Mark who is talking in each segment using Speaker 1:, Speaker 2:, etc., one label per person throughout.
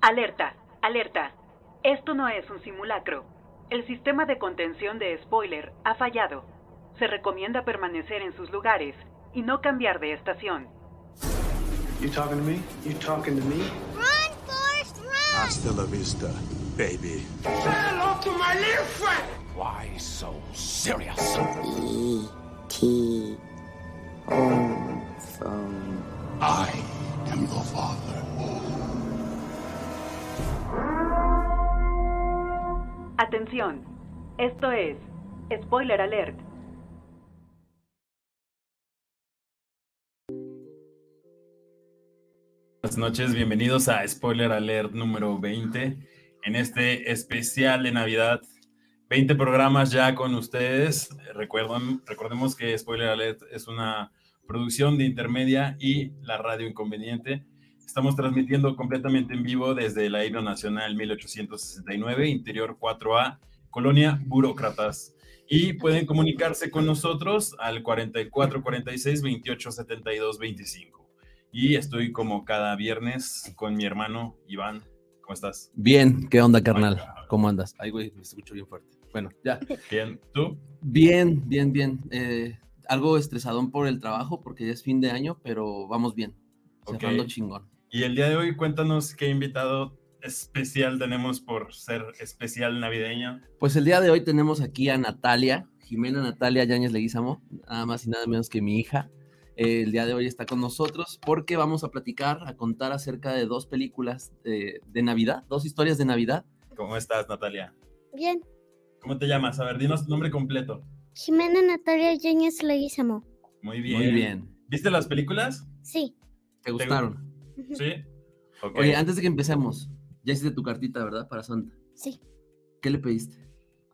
Speaker 1: Alerta, alerta. Esto no es un simulacro. El sistema de contención de spoiler ha fallado. Se recomienda permanecer en sus lugares y no cambiar de estación.
Speaker 2: You talking to me? You talking to me?
Speaker 3: Run, Forrest, run!
Speaker 4: Hasta la vista, baby.
Speaker 5: Hello to my little friend!
Speaker 6: Why so serious?
Speaker 7: E.T. Home Phone.
Speaker 4: I am the father.
Speaker 1: Atención, esto es Spoiler Alert.
Speaker 8: Buenas noches, bienvenidos a Spoiler Alert número 20, en este especial de Navidad. 20 programas ya con ustedes. Recuerden, recordemos que Spoiler Alert es una producción de Intermedia y la Radio Inconveniente. Estamos transmitiendo completamente en vivo desde la Aero Nacional 1869, Interior 4A, Colonia Burócratas. Y pueden comunicarse con nosotros al 44 46 28 72 25. Y estoy como cada viernes con mi hermano Iván. ¿Cómo estás?
Speaker 9: Bien, ¿qué onda, carnal? ¿Cómo andas? Ay, güey, me escucho bien fuerte. Bueno, ya.
Speaker 8: Bien, ¿tú?
Speaker 9: Bien, bien, bien. Eh, algo estresadón por el trabajo porque ya es fin de año, pero vamos bien.
Speaker 8: Ok.
Speaker 9: Cerrando chingón.
Speaker 8: Y el día de hoy cuéntanos qué invitado especial tenemos por ser especial navideño.
Speaker 9: Pues el día de hoy tenemos aquí a Natalia, Jimena Natalia Yáñez Leguizamo, nada más y nada menos que mi hija. Eh, el día de hoy está con nosotros porque vamos a platicar, a contar acerca de dos películas eh, de Navidad, dos historias de Navidad.
Speaker 8: ¿Cómo estás, Natalia?
Speaker 3: Bien,
Speaker 8: ¿Cómo te llamas? A ver, dinos tu nombre completo.
Speaker 3: Jimena Natalia Yáñez Leguizamo.
Speaker 8: Muy bien.
Speaker 9: Muy bien.
Speaker 8: ¿Viste las películas?
Speaker 3: Sí.
Speaker 9: ¿Te gustaron?
Speaker 3: Ujú.
Speaker 8: Sí. Ok.
Speaker 9: Oye, antes de que empecemos, ya hiciste tu cartita, ¿verdad? Para Santa.
Speaker 3: Sí.
Speaker 9: ¿Qué le pediste?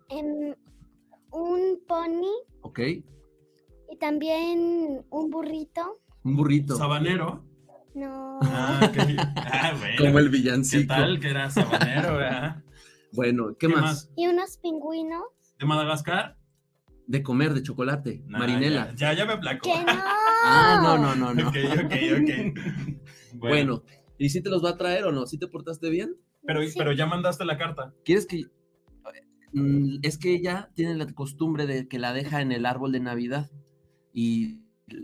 Speaker 3: Em, un pony
Speaker 9: ¿Ok?
Speaker 3: y también un burrito.
Speaker 9: Un burrito.
Speaker 8: ¿Sabanero?
Speaker 3: No.
Speaker 8: Ah, ok. Ah, bueno.
Speaker 9: Como el
Speaker 8: ¿Qué
Speaker 9: villancico.
Speaker 8: tal que era sabanero, verdad?
Speaker 9: Bueno, ¿qué,
Speaker 8: ¿Qué
Speaker 9: más?
Speaker 3: Y unos pingüinos.
Speaker 8: ¿De Madagascar?
Speaker 9: De comer, de chocolate,
Speaker 8: Nah,
Speaker 9: marinela.
Speaker 8: Ya, ya, ya me aplaco.
Speaker 3: ¡Que no!
Speaker 9: Ah, no, no, no, no.
Speaker 8: Ok, ok, ok.
Speaker 9: Bueno. ¿y si te los va a traer o no? ¿Si te portaste bien?
Speaker 8: Pero,
Speaker 3: Sí.
Speaker 8: pero ya mandaste la carta.
Speaker 9: ¿Quieres que...? Mm, Es que ella tiene la costumbre de que la deja en el árbol de Navidad y,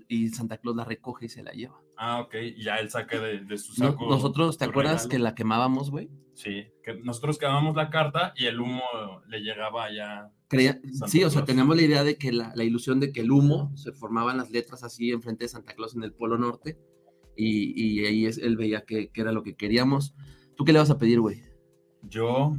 Speaker 9: y Santa Claus la recoge y se la lleva.
Speaker 8: Ah, ok. Y ya él saca de, de su
Speaker 9: No-
Speaker 8: saco.
Speaker 9: Nosotros, ¿te
Speaker 8: tu
Speaker 9: acuerdas
Speaker 8: regalo.
Speaker 9: que la quemábamos, güey?
Speaker 8: Sí, que nosotros quedábamos la carta y el humo le llegaba ya.
Speaker 9: Creía-
Speaker 8: Santa
Speaker 9: sí, o sea,
Speaker 8: Claus.
Speaker 9: teníamos la idea de que la, la ilusión de que el humo se formaban las letras así enfrente de Santa Claus en el Polo Norte y, y ahí es, él veía que, que era lo que queríamos. ¿Tú qué le vas a pedir, güey?
Speaker 8: Yo,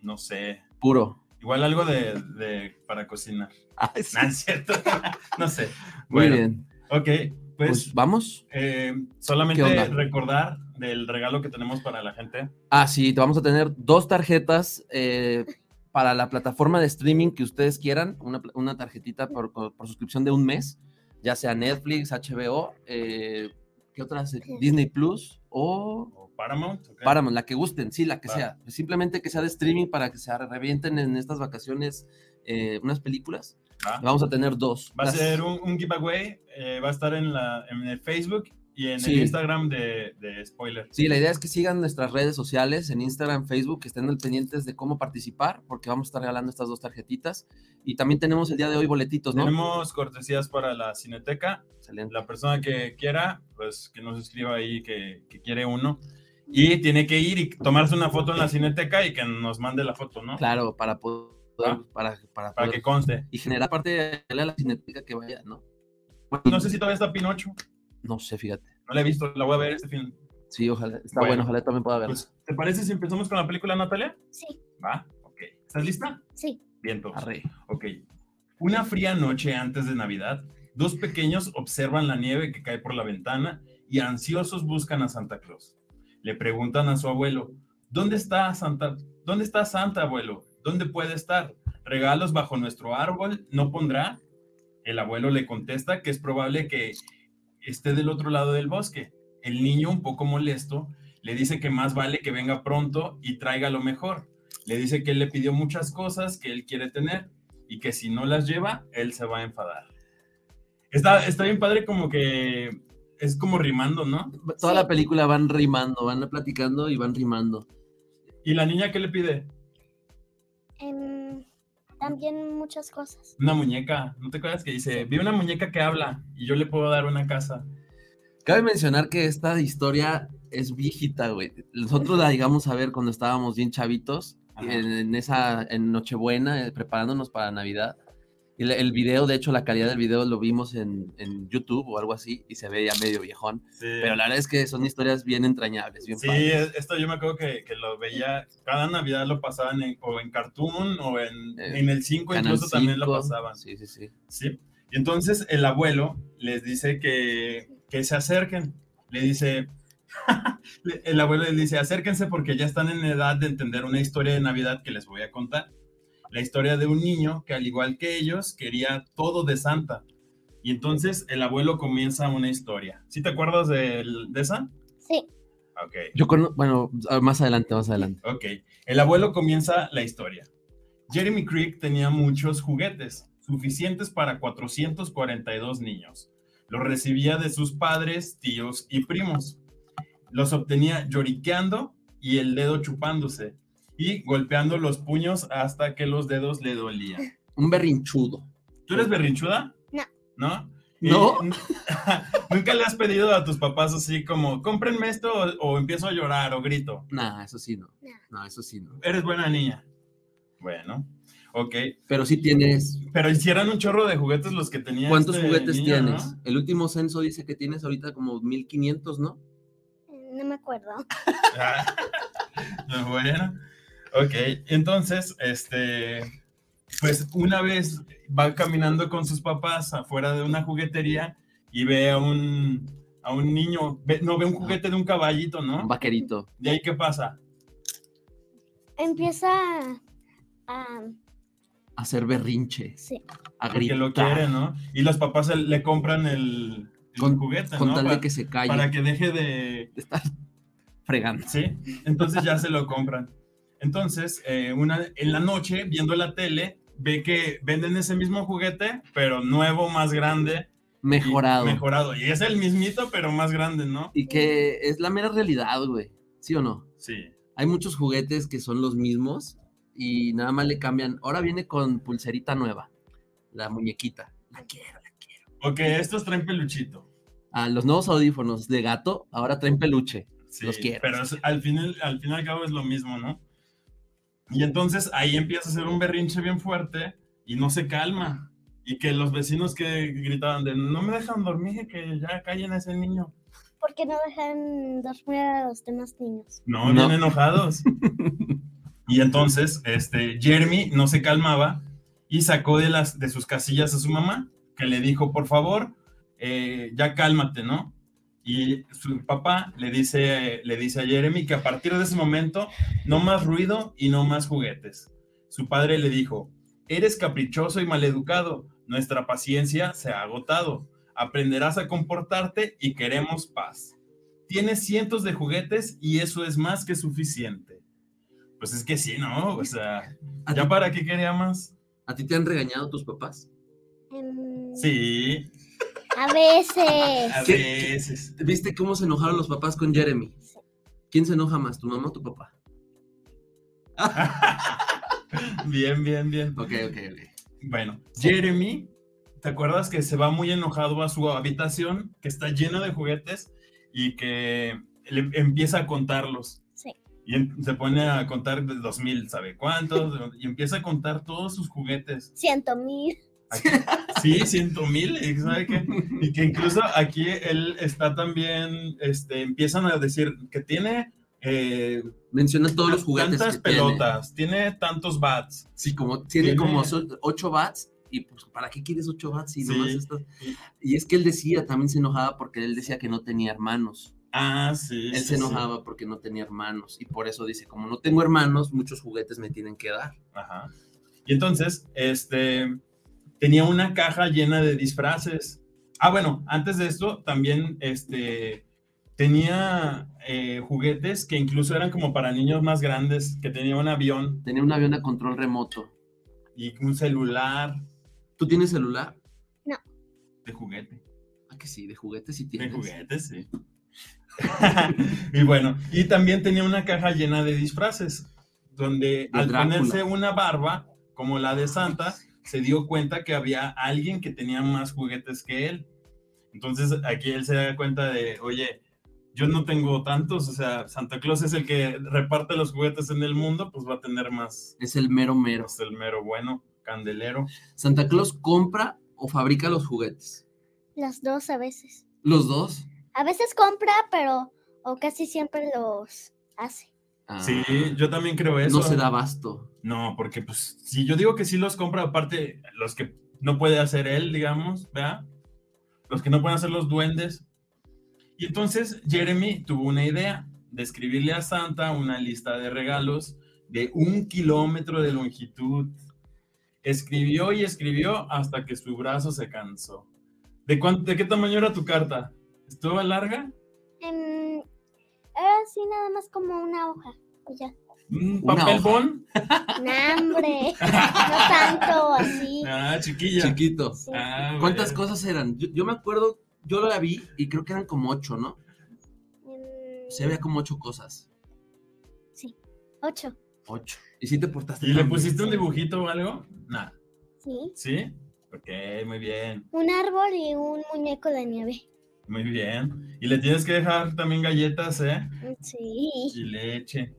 Speaker 8: no sé.
Speaker 9: Puro.
Speaker 8: Igual algo de, de- para cocinar.
Speaker 9: Ay, sí.
Speaker 8: No, es cierto. no sé.
Speaker 9: Muy
Speaker 8: Bueno,
Speaker 9: bien.
Speaker 8: ok. Pues,
Speaker 9: Pues vamos.
Speaker 8: eh,
Speaker 9: ¿qué
Speaker 8: solamente
Speaker 9: onda?
Speaker 8: recordar del regalo que tenemos para la gente.
Speaker 9: Ah, sí, te vamos a tener dos tarjetas eh, para la plataforma de streaming que ustedes quieran, una, pla- una tarjetita por, por- por suscripción de un mes, ya sea Netflix, HBO, eh, ¿qué otras? Disney Plus o
Speaker 8: O Paramount. ok.
Speaker 9: Paramount, la que gusten, sí, la que
Speaker 8: Va.
Speaker 9: sea. Simplemente que sea de streaming para que se revienten en estas vacaciones eh, unas películas.
Speaker 8: Va.
Speaker 9: Vamos a tener dos.
Speaker 8: Ah. Va a
Speaker 9: Las-
Speaker 8: ser un, un giveaway, eh, va a estar en, la, en el Facebook y en el
Speaker 9: Sí.
Speaker 8: Instagram de, de Spoiler.
Speaker 9: Sí, la idea es que sigan nuestras redes sociales en Instagram, Facebook, que estén al pendientes de cómo participar, porque vamos a estar regalando estas dos tarjetitas. Y también tenemos el día de hoy boletitos, ¿no?
Speaker 8: Tenemos cortesías para la Cineteca.
Speaker 9: Excelente.
Speaker 8: La persona que quiera, pues que nos escriba ahí que, que quiere uno. Y tiene que ir y tomarse una foto en la Cineteca y que nos mande la foto, ¿no?
Speaker 9: Claro, para poder,
Speaker 8: Ah.
Speaker 9: para, para
Speaker 8: Para
Speaker 9: poder-
Speaker 8: que conste.
Speaker 9: y generar parte de la cineteca que vaya, ¿no?
Speaker 8: No sé si todavía está Pinocho.
Speaker 9: No sé, fíjate.
Speaker 8: No la he visto, la voy a ver este fin.
Speaker 9: Sí, ojalá, está
Speaker 8: Bueno.
Speaker 9: bueno, ojalá también pueda verla.
Speaker 8: Pues, ¿Te parece si empezamos con la película, Natalia?
Speaker 3: Sí,
Speaker 8: Va, ok. ¿Estás lista?
Speaker 3: sí.
Speaker 8: Bien, todos.
Speaker 9: Arre.
Speaker 8: Ok. Una fría noche antes de Navidad, dos pequeños observan la nieve que cae por la ventana y ansiosos buscan a Santa Claus. Le preguntan a su abuelo, ¿dónde está Santa? ¿Dónde está Santa, abuelo? ¿Dónde puede estar? ¿Regalos bajo nuestro árbol no pondrá? El abuelo le contesta que es probable que esté del otro lado del bosque. El niño, un poco molesto, le dice que más vale que venga pronto y traiga lo mejor. Le dice que él le pidió muchas cosas que él quiere tener y que si no las lleva, él se va a enfadar. Está, está bien padre como que es como rimando, ¿no?
Speaker 9: Toda la
Speaker 3: Sí.
Speaker 9: película van rimando, van platicando y van rimando.
Speaker 8: ¿Y la niña qué le pide?
Speaker 3: em, también muchas cosas.
Speaker 8: Una muñeca. ¿No te acuerdas que dice, vi una muñeca que habla y yo le puedo dar una casa?
Speaker 9: Cabe mencionar que esta historia es viejita, güey. Nosotros la llegamos a ver cuando estábamos bien chavitos,
Speaker 8: Ajá.
Speaker 9: en, en esa, en Nochebuena, eh, preparándonos para Navidad. Y la- el video, de hecho, la calidad del video lo vimos en, en YouTube o algo así, y se veía medio viejón.
Speaker 8: Sí.
Speaker 9: Pero la verdad es que son historias bien entrañables, bien
Speaker 8: Sí,
Speaker 9: padres.
Speaker 8: es- esto yo me acuerdo que, que lo veía, cada Navidad lo pasaban en, o en Cartoon o en,
Speaker 9: Eh,
Speaker 8: en el 5,
Speaker 9: Canal
Speaker 8: incluso también lo
Speaker 9: 5,
Speaker 8: pasaban.
Speaker 9: Sí, sí, sí.
Speaker 8: ¿sí? Y entonces el abuelo les dice que, que se acerquen. Le dice, le- el abuelo les dice, acérquense porque ya están en edad de entender una historia de Navidad que les voy a contar. La historia de un niño que al igual que ellos quería todo de Santa. Y entonces el abuelo comienza una historia. ¿Sí te acuerdas del- de, esa?
Speaker 3: Sí,
Speaker 8: Ok.
Speaker 9: Yo conozco, bueno, ah, más adelante, más adelante.
Speaker 8: Ok, el abuelo comienza la historia. Jeremy Creek tenía muchos juguetes, suficientes para 442 niños. Los recibía de sus padres, tíos y primos. Los obtenía lloriqueando y el dedo chupándose y golpeando los puños hasta que los dedos le dolían.
Speaker 9: Un berrinchudo.
Speaker 8: ¿Tú eres berrinchuda?
Speaker 3: No.
Speaker 8: ¿No?
Speaker 9: No.
Speaker 8: Y- ¿Nunca le has pedido a tus papás así como, cómprenme esto o, o empiezo a llorar o grito?
Speaker 9: Nah, eso sí no.
Speaker 3: Nah.
Speaker 9: No, eso sí no.
Speaker 8: Eres buena niña. Bueno, ok.
Speaker 9: Pero sí tienes.
Speaker 8: Pero hicieran un chorro de juguetes los que este tenían.
Speaker 9: ¿Cuántos juguetes tienes? El último censo dice que tienes ahorita como 1500, ¿no?
Speaker 3: no me acuerdo.
Speaker 8: Ah, bueno, ok. Entonces, este, pues una vez va caminando con sus papás afuera de una juguetería y ve a un, a un niño, ve- no, ve un juguete de un caballito,
Speaker 9: Un
Speaker 8: ¿no?
Speaker 9: vaquerito.
Speaker 8: ¿De ahí qué pasa?
Speaker 3: Empieza a- a...
Speaker 9: a Hacer berrinches.
Speaker 3: sí,
Speaker 9: A
Speaker 8: Porque
Speaker 9: gritar.
Speaker 8: lo quiere, ¿no? Y los papás el- le compran el, el
Speaker 9: Con-
Speaker 8: juguete,
Speaker 9: Con
Speaker 8: ¿no?
Speaker 9: tal
Speaker 8: Pa-
Speaker 9: de que se calle.
Speaker 8: para que deje de,
Speaker 9: de estar fregando.
Speaker 8: Sí, entonces ya se lo compran. Entonces, eh, una, en la noche, viendo la tele, ve que venden ese mismo juguete, pero nuevo, más grande. y
Speaker 9: Mejorado.
Speaker 8: mejorado. Y es el mismito, pero más grande, ¿no?
Speaker 9: Y que es la mera realidad, güey. ¿Sí o no?
Speaker 8: Sí.
Speaker 9: Hay muchos juguetes que son los mismos y nada más le cambian. Ahora viene con pulserita nueva. La muñequita. La quiero.
Speaker 8: Ok, estos traen peluchito.
Speaker 9: Ah, los nuevos audífonos de gato ahora traen peluche.
Speaker 8: Sí,
Speaker 9: Los quiero.
Speaker 8: Pero es- al fin, al fin y al cabo es lo mismo, ¿no? Y entonces ahí empieza a hacer un berrinche bien fuerte y no se calma. Y que los vecinos que gritaban de no me dejan dormir, que ya callen a ese niño.
Speaker 3: porque no dejan dormir a los demás niños.
Speaker 8: No,
Speaker 9: No.
Speaker 8: bien enojados. y entonces, este, Jeremy no se calmaba y sacó de, las, de sus casillas a su mamá, que le dijo, por favor, eh, ya cálmate, ¿no? Y su papá le dice, le dice a Jeremy que a partir de ese momento, no más ruido y no más juguetes. Su padre le dijo, eres caprichoso y maleducado, nuestra paciencia se ha agotado, aprenderás a comportarte y queremos paz. Tienes cientos de juguetes y eso es más que suficiente. Pues es que sí, ¿no? O sea,
Speaker 9: ¿A
Speaker 8: ¿ya
Speaker 9: ti-
Speaker 8: para qué quería más?
Speaker 9: ¿A ti te han regañado tus papás?
Speaker 3: Em,
Speaker 8: Sí,
Speaker 3: A veces.
Speaker 8: a
Speaker 9: ¿Qué-
Speaker 8: veces.
Speaker 9: ¿Viste cómo se enojaron los papás con Jeremy? ¿Quién se enoja más, tu mamá o tu papá?
Speaker 8: Bien, bien, bien.
Speaker 9: Ok, ok, ok.
Speaker 8: Bueno, Jeremy, ¿te acuerdas que se va muy enojado a su habitación, que está llena de juguetes y que le empieza a contarlos?
Speaker 3: Sí.
Speaker 8: Y em- se pone a contar de 2000, ¿sabe cuántos? Y empieza a contar todos sus juguetes.
Speaker 3: Ciento mil.
Speaker 8: Sí, ciento mil, y ¿sabe qué? Y que incluso aquí él está también, este, empiezan a decir que tiene eh,
Speaker 9: Menciona todos los juguetes
Speaker 8: tantas
Speaker 9: que tiene.
Speaker 8: pelotas, tiene tantos bats,
Speaker 9: Sí, como tiene
Speaker 8: Tiene-
Speaker 9: como so- ocho bats. Y pues, ¿para qué quieres ocho bats? Y,
Speaker 8: Sí.
Speaker 9: nomás estás- y es que él decía, también se enojaba porque él decía que no tenía hermanos.
Speaker 8: Ah, sí.
Speaker 9: Él
Speaker 8: sí,
Speaker 9: se
Speaker 8: sí.
Speaker 9: enojaba porque no tenía hermanos. Y por eso dice, como no tengo hermanos, muchos juguetes me tienen que dar.
Speaker 8: Ajá. Y entonces, este, tenía una caja llena de disfraces. Ah, bueno, antes de esto también, este, tenía eh, juguetes que incluso eran como para niños más grandes, que tenía un avión
Speaker 9: Tenía un avión a control remoto.
Speaker 8: y un celular
Speaker 9: ¿Tú tienes celular?
Speaker 8: de juguete.
Speaker 9: Ah, que sí, de juguetes sí
Speaker 8: De
Speaker 9: tienes.
Speaker 8: juguetes, sí. y bueno, y también tenía una caja llena de disfraces. donde
Speaker 9: De
Speaker 8: al
Speaker 9: Drácula.
Speaker 8: ponerse una barba como la de Santa, se dio cuenta que había alguien que tenía más juguetes que él. Entonces aquí él se da cuenta de, oye, yo no tengo tantos, o sea, Santa Claus es el que reparte los juguetes en el mundo, pues va a tener más.
Speaker 9: Es el mero mero.
Speaker 8: Es el mero bueno, candelero.
Speaker 9: Santa Claus compra o fabrica los juguetes.
Speaker 3: Las dos a veces.
Speaker 9: Los dos.
Speaker 3: A veces compra, pero o casi siempre los hace.
Speaker 9: Ah,
Speaker 8: Sí, yo también creo eso.
Speaker 9: No se da abasto.
Speaker 8: No, porque pues si yo digo que sí los compra, aparte los que no puede hacer él, digamos, ¿verdad? Los que no pueden hacer los duendes. Y entonces Jeremy tuvo una idea de escribirle a Santa una lista de regalos de un kilómetro de longitud. Escribió y escribió hasta que su brazo se cansó. ¿De, cuán- de qué tamaño era tu carta? ¿Estuvo larga?
Speaker 3: Em, era así nada más como una hoja. Y ya.
Speaker 8: ¿Un
Speaker 9: Una
Speaker 8: papel
Speaker 9: hoja.
Speaker 8: bond?
Speaker 3: ¡Nah, hombre! No tanto así.
Speaker 8: Ah, chiquilla.
Speaker 9: Chiquito.
Speaker 3: Sí.
Speaker 8: Ah,
Speaker 9: ¿Cuántas
Speaker 8: bueno.
Speaker 9: cosas eran? Yo, yo me acuerdo, yo la vi y creo que eran como ocho, ¿no?
Speaker 3: Em,
Speaker 9: Se veía como ocho cosas.
Speaker 3: Ocho.
Speaker 9: Ocho. ¿Y si te portaste?
Speaker 8: ¿Y le
Speaker 9: tan bien,
Speaker 8: pusiste un
Speaker 9: Santa?
Speaker 8: dibujito o algo? Nada.
Speaker 3: Sí.
Speaker 8: ¿Sí? Ok, muy bien,
Speaker 3: Un árbol y un muñeco de nieve.
Speaker 8: muy bien. Y le tienes que dejar también galletas, ¿eh?
Speaker 3: Sí.
Speaker 8: Y leche.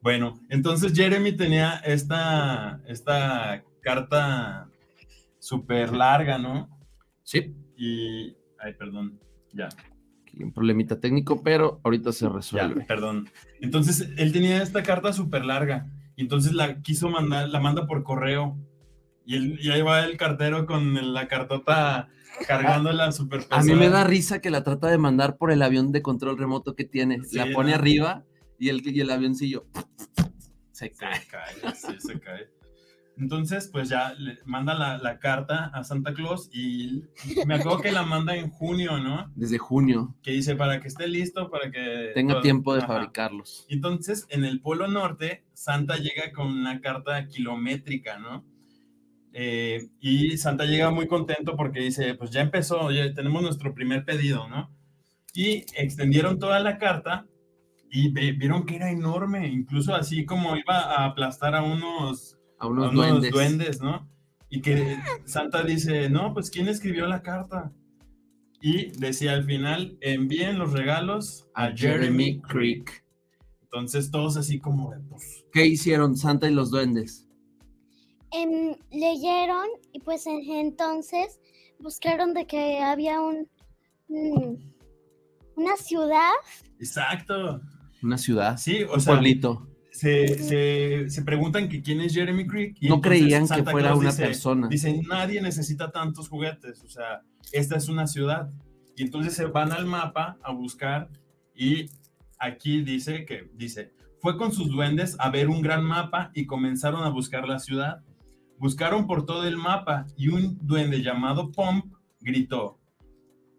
Speaker 8: Bueno, entonces Jeremy tenía esta, esta carta súper larga, ¿no?
Speaker 9: Sí.
Speaker 8: Y... Ay, perdón. Ya,
Speaker 9: Aquí un problemita técnico, pero ahorita se
Speaker 8: ya,
Speaker 9: resuelve.
Speaker 8: perdón. Entonces, él tenía esta carta súper larga. Y entonces la quiso mandar, la manda por correo. Y, él- y ahí va el cartero con la cartota cargándola súper pesada.
Speaker 9: A mí me da risa que la trata de mandar por el avión de control remoto que tiene.
Speaker 8: Sí,
Speaker 9: la pone
Speaker 8: ¿no?
Speaker 9: arriba y el, y el avioncillo se
Speaker 8: Se
Speaker 9: cae.
Speaker 8: cae, sí, se cae. Entonces, pues ya le manda la, la carta a Santa Claus y me acuerdo que la manda en junio, ¿no?
Speaker 9: Desde junio.
Speaker 8: Que dice para que esté listo, para que
Speaker 9: Tenga
Speaker 8: todo-
Speaker 9: tiempo de
Speaker 8: Ajá.
Speaker 9: fabricarlos.
Speaker 8: Entonces, en el Polo Norte, Santa llega con una carta kilométrica, ¿no? Eh, y Santa llega muy contento porque dice, pues ya empezó, ya tenemos nuestro primer pedido, ¿no? Y extendieron toda la carta y ve- vieron que era enorme, incluso así como iba a aplastar a unos,
Speaker 9: A
Speaker 8: a
Speaker 9: unos,
Speaker 8: unos
Speaker 9: duendes.
Speaker 8: duendes, ¿no? Y que Santa dice, no, pues ¿quién escribió la carta? Y decía al final, envíen los regalos
Speaker 9: A Jeremy Creek.
Speaker 8: entonces todos así como de, pues,
Speaker 9: ¿Qué hicieron Santa y los duendes?
Speaker 3: Em, leyeron y pues en- entonces buscaron de que había un mm, una ciudad
Speaker 8: exacto.
Speaker 9: Una ciudad.
Speaker 8: Sí, o
Speaker 9: un
Speaker 8: sea,
Speaker 9: pueblito.
Speaker 8: se, se, se preguntan que quién es Jeremy Creek. y
Speaker 9: No
Speaker 8: entonces
Speaker 9: creían
Speaker 8: Santa
Speaker 9: que fuera
Speaker 8: Claus
Speaker 9: una
Speaker 8: dice-
Speaker 9: persona.
Speaker 8: Dicen, nadie necesita tantos juguetes, o sea, esta es una ciudad. Y entonces se van al mapa a buscar y aquí dice que, dice, fue con sus duendes a ver un gran mapa y comenzaron a buscar la ciudad. Buscaron por todo el mapa y un duende llamado Pomp gritó.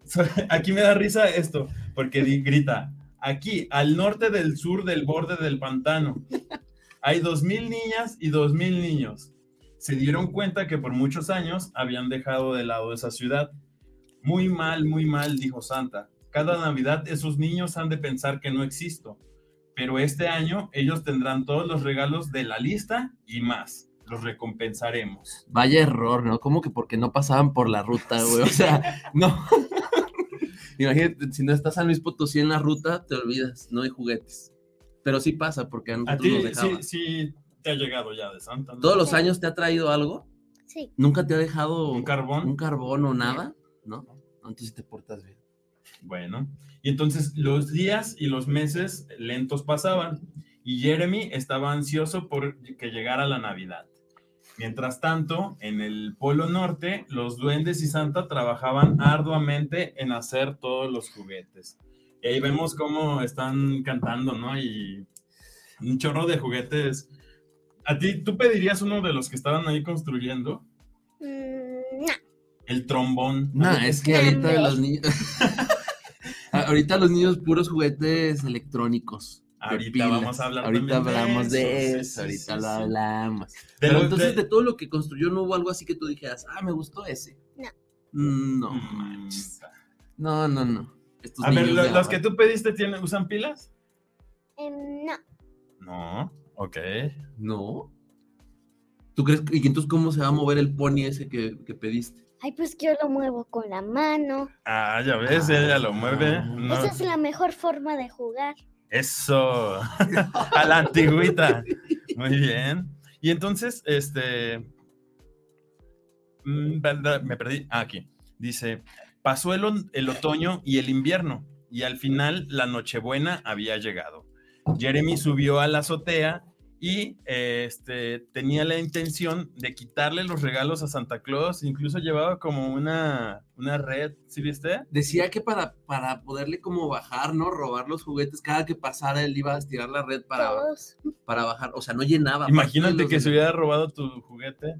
Speaker 8: So, Aquí me da risa esto, porque di- grita, aquí, al norte del sur del borde del pantano, hay dos mil niñas y dos mil niños se dieron cuenta que por muchos años habían dejado de lado esa ciudad. Muy mal, muy mal, dijo Santa. Cada Navidad esos niños han de pensar que no existo, pero este año ellos tendrán todos los regalos de la lista y más. Los recompensaremos.
Speaker 9: Vaya error, ¿no? Como que porque no pasaban por la ruta, güey. O sea, no. Imagínate, si no está San Luis Potosí en la ruta, te olvidas, no hay juguetes. Pero sí pasa, porque a
Speaker 8: A
Speaker 9: nosotros
Speaker 8: ti
Speaker 9: nos dejaban.
Speaker 8: sí, sí te ha llegado ya de Santa. ¿no?
Speaker 9: ¿Todos los años te ha traído algo?
Speaker 3: sí
Speaker 9: ¿Nunca te ha dejado
Speaker 8: un carbón.
Speaker 9: un carbón o nada? ¿No? Entonces te portas bien.
Speaker 8: Bueno, y entonces los días y los meses lentos pasaban y Jeremy estaba ansioso por que llegara la Navidad. Mientras tanto, en el Polo Norte, los duendes y Santa trabajaban arduamente en hacer todos los juguetes. Y ahí vemos cómo están cantando, ¿no? Y un chorro de juguetes. ¿A ti, tú pedirías uno de los que estaban ahí construyendo?
Speaker 3: Mm, no.
Speaker 8: El trombón.
Speaker 9: No, es que ahorita
Speaker 3: hambre.
Speaker 9: los niños. ahorita los niños puros juguetes electrónicos. de
Speaker 8: Ahorita
Speaker 9: pilas.
Speaker 8: vamos a hablar
Speaker 9: Ahorita
Speaker 8: también de
Speaker 9: hablamos de
Speaker 8: eso, sí,
Speaker 9: eso,
Speaker 8: sí,
Speaker 9: ahorita
Speaker 8: sí,
Speaker 9: lo
Speaker 8: sí.
Speaker 9: hablamos.
Speaker 8: De
Speaker 9: Pero
Speaker 8: los-
Speaker 9: entonces,
Speaker 8: de-
Speaker 9: de todo lo que construyó, no hubo algo así que tú dijeras, ah, me gustó ese.
Speaker 3: No.
Speaker 9: Mm, No,
Speaker 8: Mm,
Speaker 9: manches. No, no, no. Estos
Speaker 8: A ver,
Speaker 9: niños
Speaker 8: lo-
Speaker 9: de
Speaker 8: ¿los
Speaker 9: ahora.
Speaker 8: que tú pediste tienen, usan pilas?
Speaker 3: Em, no.
Speaker 8: No. Ok.
Speaker 9: No. ¿Tú crees que, y entonces cómo se va a mover el pony ese que, que pediste?
Speaker 3: Ay, pues que yo lo muevo con la mano.
Speaker 8: Ah, ya ves, ella lo mueve.
Speaker 9: Mm.
Speaker 8: No.
Speaker 3: Esa es la mejor forma de jugar.
Speaker 8: Eso. A la antigüita. Muy bien. Y entonces, este. mm, verdad, Me perdí. Ah, aquí. Dice: Pasó el, on- el otoño y el invierno, y al final la Nochebuena había llegado. Jeremy subió a la azotea y eh, este, tenía la intención de quitarle los regalos a Santa Claus. Incluso llevaba como una, una red, ¿sí viste?
Speaker 9: Decía que para, para poderle como bajar, ¿no? Robar los juguetes, cada que pasara él iba a estirar la red para,
Speaker 3: Todos.
Speaker 9: para bajar. O sea, no llenaba. Aparte
Speaker 8: Imagínate
Speaker 9: los
Speaker 8: que
Speaker 9: de-
Speaker 8: se hubiera robado tu juguete.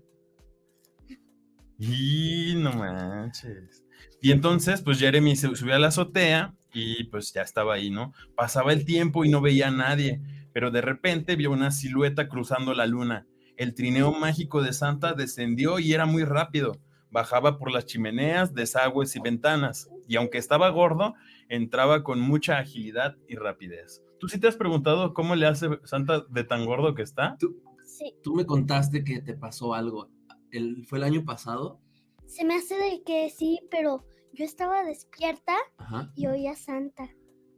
Speaker 8: Y no manches. Y entonces, pues Jeremy se subió a la azotea y pues ya estaba ahí, ¿no? Pasaba el tiempo y no veía a nadie, pero de repente vio una silueta cruzando la luna. El trineo mágico de Santa descendió y era muy rápido. Bajaba por las chimeneas, desagües y ventanas. Y aunque estaba gordo, entraba con mucha agilidad y rapidez. ¿Tú sí te has preguntado cómo le hace Santa de tan gordo que está?
Speaker 3: Sí.
Speaker 9: Tú me contaste que te pasó algo. El, ¿Fue el año pasado?
Speaker 3: Se me hace de que sí, pero yo estaba despierta
Speaker 9: Ajá.
Speaker 3: y oía a Santa.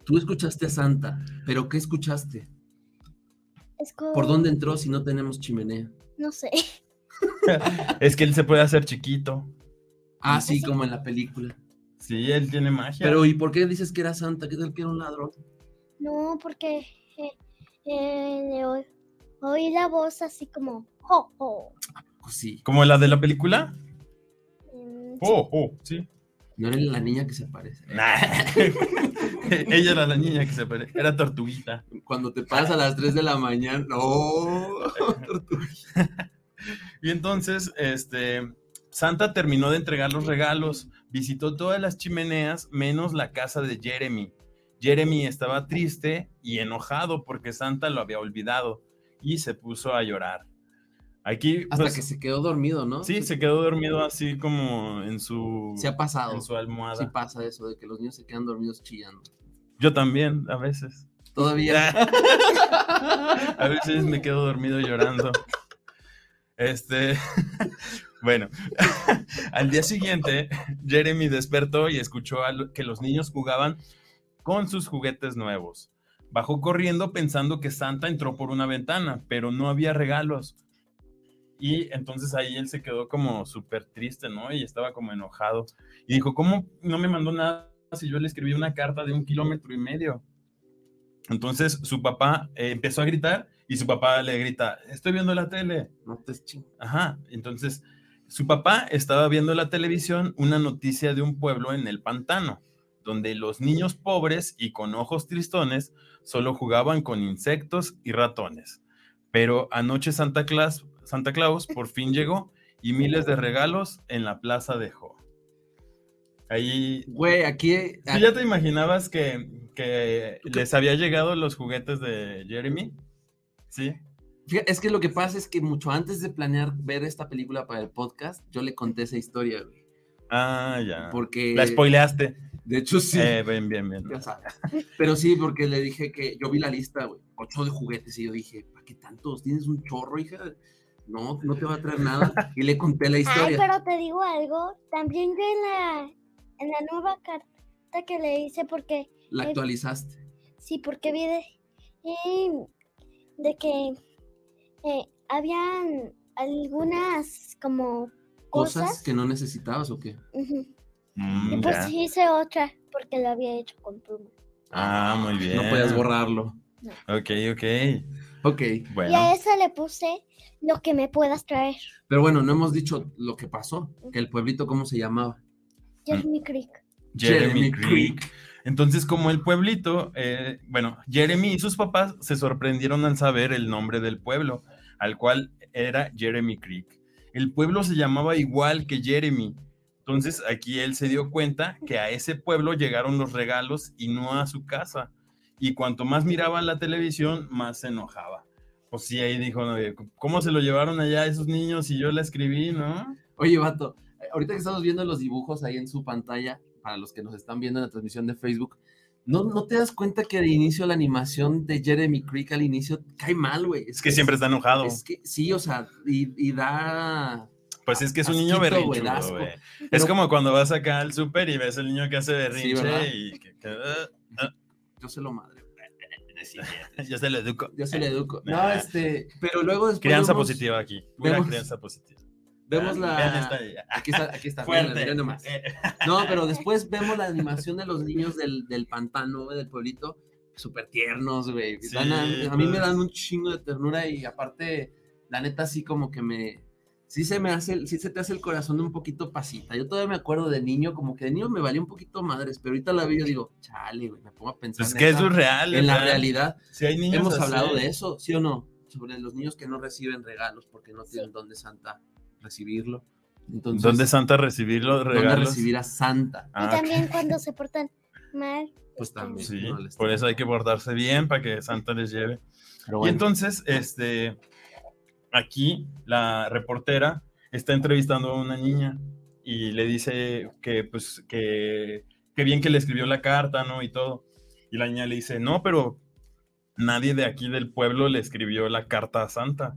Speaker 9: Tú escuchaste a Santa, pero ¿qué escuchaste?
Speaker 3: Es como,
Speaker 9: ¿Por dónde entró si no tenemos chimenea?
Speaker 3: No sé.
Speaker 8: Es que él se puede hacer chiquito.
Speaker 9: Ah, sí, como en la película.
Speaker 8: Sí, él tiene magia.
Speaker 9: Pero ¿y por qué dices que era Santa? ¿Qué tal que era un ladrón?
Speaker 3: No, porque eh, eh, le o- oí la voz así como, "Oh, jo, jo.
Speaker 9: Pues sí.
Speaker 8: ¿Como la de la película?
Speaker 3: Mm,
Speaker 8: Oh, oh, sí.
Speaker 9: No era la niña que se parece.
Speaker 8: Ella era la niña que se pare- Era tortuguita.
Speaker 9: Cuando te paras a las 3 de la mañana. ¡No!
Speaker 8: Y entonces, este, Santa terminó de entregar los regalos, visitó todas las chimeneas menos la casa de Jeremy. Jeremy estaba triste y enojado porque Santa lo había olvidado y se puso a llorar. Aquí,
Speaker 9: Hasta
Speaker 8: pues,
Speaker 9: que se quedó dormido, ¿no?
Speaker 8: sí, se quedó dormido así como en su,
Speaker 9: Se ha pasado.
Speaker 8: en su almohada.
Speaker 9: Sí pasa eso, de que los niños se quedan dormidos chillando.
Speaker 8: Yo también, a veces.
Speaker 9: Todavía.
Speaker 8: A veces me quedo dormido llorando. Este, bueno, al día siguiente, Jeremy despertó y escuchó a lo- que los niños jugaban con sus juguetes nuevos. Bajó corriendo pensando que Santa entró por una ventana, pero no había regalos. Y entonces ahí él se quedó como súper triste, ¿no? Y estaba como enojado. Y dijo, ¿cómo no me mandó nada si yo le escribí una carta de un kilómetro y medio? Entonces su papá eh, empezó a gritar y su papá le grita, estoy viendo la tele.
Speaker 9: No te ching-
Speaker 8: Ajá, entonces su papá estaba viendo la televisión una noticia de un pueblo en el pantano, donde los niños pobres y con ojos tristones solo jugaban con insectos y ratones. Pero anoche Santa Claus, Santa Claus por fin llegó y miles de regalos en la plaza dejó. Ahí
Speaker 9: Güey, aquí.
Speaker 8: ¿Tú ya te imaginabas que, que les había llegado los juguetes de Jeremy? Sí.
Speaker 9: Fija- Es que lo que pasa es que mucho antes de planear ver esta película para el podcast, yo le conté esa historia, güey.
Speaker 8: Ah, ya.
Speaker 9: Porque.
Speaker 8: La spoileaste.
Speaker 9: De hecho, sí.
Speaker 8: Eh, bien, bien, bien.
Speaker 9: ya sabes. Pero sí, porque le dije que yo vi la lista, güey, ocho de juguetes, y yo dije, ¿para qué tantos? ¿Tienes un chorro, hija? No, no te va a traer nada. Y le conté la
Speaker 3: Ay,
Speaker 9: historia.
Speaker 3: pero te digo algo, también yo en la, en la nueva carta que le hice, porque
Speaker 9: La actualizaste.
Speaker 3: sí, porque vi de, eh, de que eh, habían algunas como
Speaker 9: ¿Cosas?
Speaker 3: cosas.
Speaker 9: que no necesitabas o qué?
Speaker 3: ujú,
Speaker 8: Mm,
Speaker 3: Y pues
Speaker 8: ya.
Speaker 3: hice otra, porque lo había hecho con pluma.
Speaker 8: Ah, muy bien.
Speaker 9: No podías borrarlo.
Speaker 8: Ok, ok.
Speaker 9: Ok,
Speaker 3: Y a
Speaker 8: Bueno.
Speaker 3: esa le puse lo que me puedas traer.
Speaker 9: pero bueno, no hemos dicho lo que pasó, que el pueblito cómo se llamaba.
Speaker 8: Mm.
Speaker 3: Jeremy Creek.
Speaker 8: Jeremy
Speaker 9: Jeremy
Speaker 8: Creek. Entonces, como el pueblito, eh, bueno, Jeremy y sus papás se sorprendieron al saber el nombre del pueblo, al cual era Jeremy Creek. El pueblo se llamaba igual que Jeremy. Entonces, aquí él se dio cuenta que a ese pueblo llegaron los regalos y no a su casa. Y cuanto más miraba la televisión, más se enojaba. Pues sí, ahí dijo, "No, eh, ¿cómo se lo llevaron allá esos niños y yo la escribí, no?
Speaker 9: Oye, vato, eh, ahorita que estamos viendo los dibujos ahí en su pantalla, para los que nos están viendo en la transmisión de Facebook, ¿No, ¿No te das cuenta que de inicio la animación de Jeremy Creek al inicio cae mal, güey?
Speaker 8: Es que siempre está enojado.
Speaker 9: Es que, sí, o sea, y, y da...
Speaker 8: Pues es que es un
Speaker 9: asquito,
Speaker 8: niño
Speaker 9: güey, da
Speaker 8: berrinchudo,
Speaker 9: asco.
Speaker 8: güey. Es
Speaker 9: Pero-
Speaker 8: como cuando vas acá al súper y ves al niño que hace berrinche
Speaker 9: ¿verdad?
Speaker 8: y que, que, ah,
Speaker 9: Yo se lo madre,
Speaker 8: yo se lo educo.
Speaker 9: yo se le educo. No,
Speaker 8: Nah.
Speaker 9: este, pero luego después
Speaker 8: Eh, Crianza
Speaker 9: vemos-
Speaker 8: positiva aquí. Pura
Speaker 9: vemos-
Speaker 8: crianza positiva.
Speaker 9: Vemos la...
Speaker 8: Vean esta de- ah,
Speaker 9: Aquí está, aquí está.
Speaker 8: Fuerte.
Speaker 9: mírenla, miren nomás.
Speaker 8: Eh,
Speaker 9: No, pero después vemos la animación de los niños del, del pantano, güey, del pueblito, súper tiernos, güey.
Speaker 8: Sí,
Speaker 9: Dan a, a mí me
Speaker 8: pues.
Speaker 9: dan un chingo de ternura y aparte, la neta, sí como que me... Sí se me hace, sí se te hace el corazón un poquito pasita. Yo todavía me acuerdo de niño, como que de niño me valía un poquito madres, pero ahorita la veo y yo digo, chale, güey, me pongo a pensar
Speaker 8: pues
Speaker 9: en
Speaker 8: que
Speaker 9: esa-
Speaker 8: eso es real.
Speaker 9: en la
Speaker 8: ¿verdad?
Speaker 9: realidad.
Speaker 8: Si hay niños
Speaker 9: Hemos
Speaker 8: así.
Speaker 9: hablado de eso, ¿sí o no? Sobre los niños que no reciben regalos porque no tienen dónde Santa recibirlo. Entonces,
Speaker 8: ¿Dónde Santa recibir los
Speaker 9: dónde
Speaker 8: regalos?
Speaker 9: recibir a Santa?
Speaker 8: Ah,
Speaker 3: y también cuando se portan mal.
Speaker 9: Pues también.
Speaker 8: Sí,
Speaker 9: no les-
Speaker 8: por eso hay que bordarse bien para que Santa les lleve.
Speaker 9: Pero
Speaker 8: Y
Speaker 9: bueno,
Speaker 8: entonces, este, aquí la reportera está entrevistando a una niña y le dice que, pues, que, que bien que le escribió la carta, ¿no? Y todo. Y la niña le dice, no, pero nadie de aquí del pueblo le escribió la carta a Santa.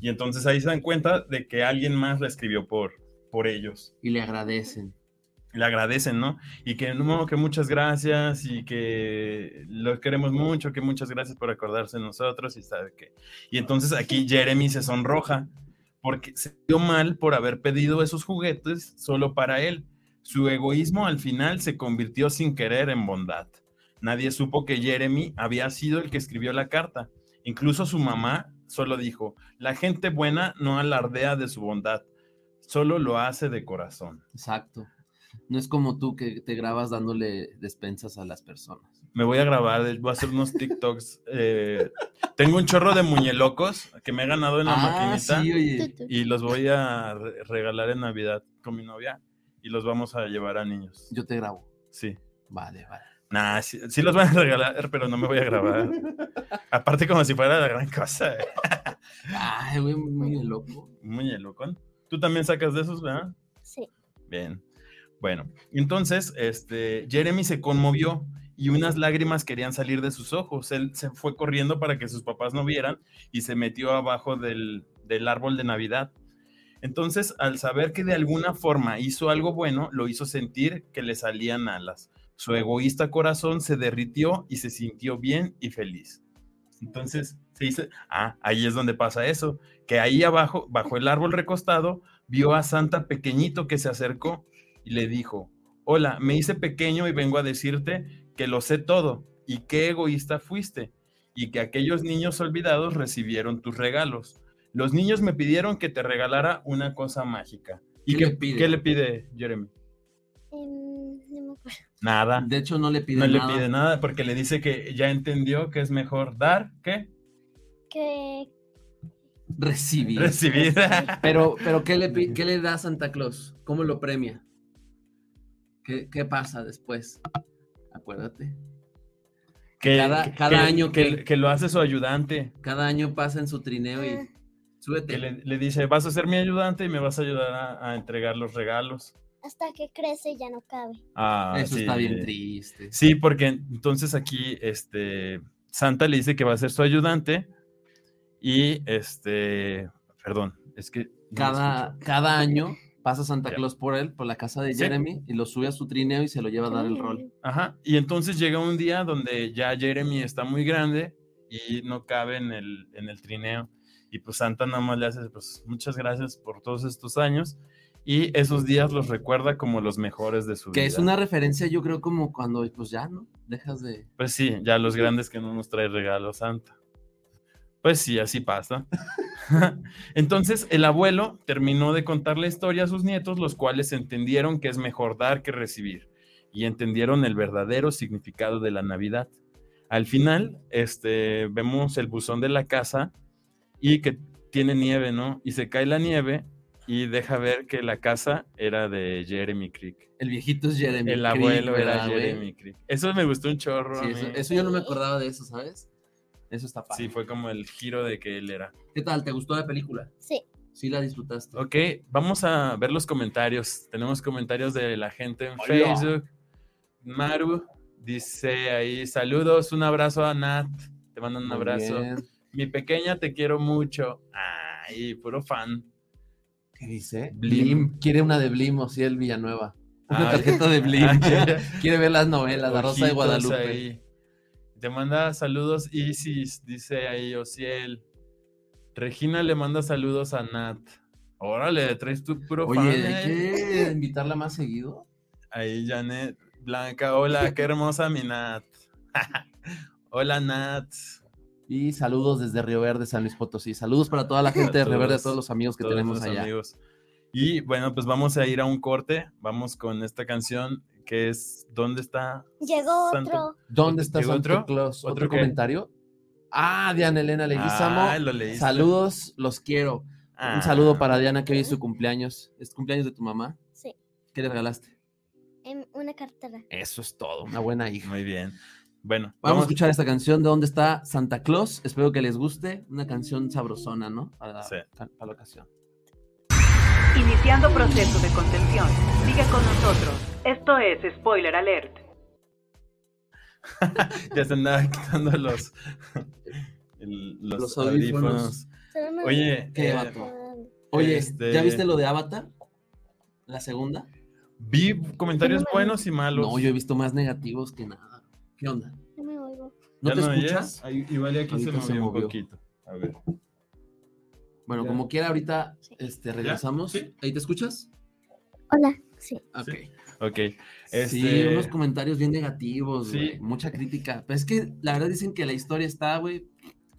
Speaker 8: Y entonces ahí se dan cuenta de que alguien más la escribió por, por ellos
Speaker 9: y le agradecen.
Speaker 8: le agradecen, ¿no? Y que no, que muchas gracias y que los queremos mucho, que muchas gracias por acordarse de nosotros y sabe qué. Y entonces aquí Jeremy se sonroja porque se dio mal por haber pedido esos juguetes solo para él. Su egoísmo al final se convirtió sin querer en bondad. Nadie supo que Jeremy había sido el que escribió la carta. Incluso su mamá solo dijo, la gente buena no alardea de su bondad, solo lo hace de corazón.
Speaker 9: Exacto. No es como tú que te grabas dándole despensas a las personas.
Speaker 8: Me voy a grabar, de- voy a hacer unos TikToks. eh, tengo un chorro de muñelocos que me he ganado en la
Speaker 9: ah,
Speaker 8: maquinita
Speaker 9: sí,
Speaker 3: Tu,
Speaker 9: oye.
Speaker 3: tu.
Speaker 8: y los voy a re- regalar en Navidad con mi novia y los vamos a llevar a niños.
Speaker 9: Yo te grabo.
Speaker 8: Sí.
Speaker 9: Vale, vale.
Speaker 8: Nah, sí, sí los van a regalar, pero no me voy a grabar. Aparte, como si fuera la gran cosa. eh.
Speaker 9: Ay, güey, muy loco.
Speaker 8: Un muñelocón. Tú también sacas de esos, ¿verdad?
Speaker 3: Sí.
Speaker 8: Bien. Bueno, entonces, este, Jeremy se conmovió y unas lágrimas querían salir de sus ojos. Él se fue corriendo para que sus papás no vieran y se metió abajo del, del árbol de Navidad. Entonces, al saber que de alguna forma hizo algo bueno, lo hizo sentir que le salían alas. Su egoísta corazón se derritió y se sintió bien y feliz. Entonces, se dice, ah, ahí es donde pasa eso, que ahí abajo, bajo el árbol recostado, vio a Santa pequeñito que se acercó y le dijo, hola, me hice pequeño y vengo a decirte que lo sé todo y qué egoísta fuiste y que aquellos niños olvidados recibieron tus regalos. Los niños me pidieron que te regalara una cosa mágica. ¿Y
Speaker 9: ¿Qué
Speaker 8: qué,
Speaker 9: le pide?
Speaker 8: qué le pide Jeremy?
Speaker 3: Em, no me acuerdo.
Speaker 8: Nada.
Speaker 9: De hecho, no le pide
Speaker 8: No le
Speaker 9: nada.
Speaker 8: pide nada porque le dice que ya entendió que es mejor dar que
Speaker 3: Que
Speaker 9: Recibir.
Speaker 8: recibir.
Speaker 9: Pero, pero ¿qué, le, pi- ¿qué le da Santa Claus? ¿Cómo lo premia? ¿Qué, qué pasa después? Acuérdate.
Speaker 8: que,
Speaker 9: Cada- cada año que-
Speaker 8: que, que lo hace su ayudante.
Speaker 9: Cada año pasa en su trineo y
Speaker 3: Ah.
Speaker 9: súbete.
Speaker 8: que le, le dice, vas a ser mi ayudante y me vas a ayudar a, a entregar los regalos.
Speaker 3: hasta que crece ya no cabe.
Speaker 8: Ah,
Speaker 9: Eso está
Speaker 8: sí.
Speaker 9: bien triste.
Speaker 8: Sí, porque entonces aquí este, Santa le dice que va a ser su ayudante y este, perdón, es que... no lo escucho.
Speaker 9: Cada, cada año pasa Santa
Speaker 8: Ya.
Speaker 9: Claus por él, por la casa de
Speaker 8: Sí.
Speaker 9: Jeremy, y lo sube a su trineo y se lo lleva a dar el rol.
Speaker 8: Ajá, y entonces llega un día donde ya Jeremy está muy grande y no cabe en el, en el trineo. Y pues Santa nada más le hace, pues muchas gracias por todos estos años. Y esos días los recuerda como los mejores de su
Speaker 9: Que
Speaker 8: vida.
Speaker 9: es una referencia, yo creo, como cuando, pues ya, ¿no? Dejas de...
Speaker 8: Pues sí, ya los grandes que no nos trae regalo Santa. Pues sí, así pasa. Entonces el abuelo terminó de contar la historia a sus nietos, los cuales entendieron que es mejor dar que recibir y entendieron el verdadero significado de la Navidad. Al final, este, vemos el buzón de la casa y que tiene nieve, ¿no? Y se cae la nieve y deja ver que la casa era de Jeremy Creek.
Speaker 9: El viejito es Jeremy.
Speaker 8: El
Speaker 9: Creek,
Speaker 8: abuelo era
Speaker 9: ¿verdad, güey?
Speaker 8: Jeremy Creek. Eso me gustó un chorro. a
Speaker 9: Sí, eso,
Speaker 8: mí.
Speaker 9: eso yo no me acordaba de eso, ¿sabes? Eso está padre.
Speaker 8: Sí, fue como el giro de que él era.
Speaker 9: ¿Qué tal? ¿Te gustó la película?
Speaker 3: Sí.
Speaker 9: Sí la disfrutaste.
Speaker 8: Ok, vamos a ver los comentarios. Tenemos comentarios de la gente en
Speaker 6: Hola.
Speaker 8: Facebook. Maru Dice ahí, saludos, un abrazo a Nat. Te mandan un
Speaker 9: Muy
Speaker 8: abrazo.
Speaker 9: bien.
Speaker 8: Mi pequeña, te quiero mucho. Ay, puro fan.
Speaker 9: ¿Qué dice?
Speaker 8: Blim.
Speaker 9: Blim. Quiere una de Blim o sí, el Villanueva. Una
Speaker 8: Ah,
Speaker 9: tarjeta de Blim.
Speaker 8: ah,
Speaker 9: Quiere ver las novelas, la Rosa de
Speaker 8: ojitos
Speaker 9: Guadalupe.
Speaker 8: ahí. Te manda saludos Isis, dice ahí Ociel. Regina le manda saludos a Nat. Órale, traes tu puro fan.
Speaker 9: Oye,
Speaker 8: eh.
Speaker 9: ¿hay que invitarla más seguido?
Speaker 8: Ahí Janet Blanca, hola, qué hermosa mi Nat. hola Nat.
Speaker 9: Y saludos desde Río Verde, San Luis Potosí. Saludos para toda la gente de Río Verde, a
Speaker 8: todos,
Speaker 9: todos los amigos que
Speaker 8: todos
Speaker 9: tenemos
Speaker 8: los
Speaker 9: allá.
Speaker 8: amigos. Y bueno, pues vamos a ir a un corte. Vamos con esta canción que es ¿Dónde está?
Speaker 3: Llegó
Speaker 8: Santo-
Speaker 3: otro.
Speaker 9: ¿Dónde está
Speaker 8: ¿Llegó
Speaker 9: Santa
Speaker 8: otro?
Speaker 9: Claus? ¿Otro,
Speaker 8: ¿Otro qué?
Speaker 9: comentario? Ah, Diana Elena Leguizamo.
Speaker 8: Ah, lo leíste.
Speaker 9: saludos, los quiero.
Speaker 8: Ah.
Speaker 9: Un saludo para Diana que hoy es su cumpleaños. ¿Es cumpleaños de tu mamá?
Speaker 3: Sí.
Speaker 9: ¿Qué le regalaste?
Speaker 3: En una cartera.
Speaker 9: Eso es todo, una buena hija.
Speaker 8: Ah, Muy bien. Bueno,
Speaker 9: Vamos a escuchar esta canción de dónde está Santa Claus. Espero que les guste. Una canción sabrosona, ¿no? Para,
Speaker 8: Sí.
Speaker 9: para la ocasión.
Speaker 1: Iniciando proceso de contención. Sigue con nosotros. Esto es Spoiler Alert.
Speaker 8: ya se andaba quitando los, el- los,
Speaker 9: Los
Speaker 8: audífonos.
Speaker 9: audífonos.
Speaker 3: Solo me- Ah,
Speaker 8: Oye,
Speaker 9: Qué
Speaker 8: eh,
Speaker 9: vato. Oye,
Speaker 8: Este-
Speaker 9: ¿ya viste lo de Avatar? ¿La segunda?
Speaker 8: vi comentarios
Speaker 3: No me-
Speaker 8: buenos y malos.
Speaker 9: No, yo he visto más negativos que nada. ¿Qué onda?
Speaker 3: No me oigo.
Speaker 9: ¿No
Speaker 8: ¿Ya
Speaker 9: te
Speaker 8: oyes?
Speaker 9: escuchas?
Speaker 8: Ahí- igual y aquí se
Speaker 9: Ahorita
Speaker 8: movió,
Speaker 9: se
Speaker 8: un
Speaker 9: movió.
Speaker 8: poquito. A ver.
Speaker 9: Bueno,
Speaker 8: Ya.
Speaker 9: como quiera, ahorita
Speaker 3: Sí.
Speaker 9: este, regresamos.
Speaker 8: ¿Sí?
Speaker 9: ¿Ahí te escuchas?
Speaker 3: Hola, sí.
Speaker 9: Ok.
Speaker 8: Sí. Ok.
Speaker 9: Sí,
Speaker 8: Este-
Speaker 9: unos comentarios bien negativos,
Speaker 8: Sí.
Speaker 9: güey, Mucha crítica. Pero es que la verdad dicen que la historia está, güey.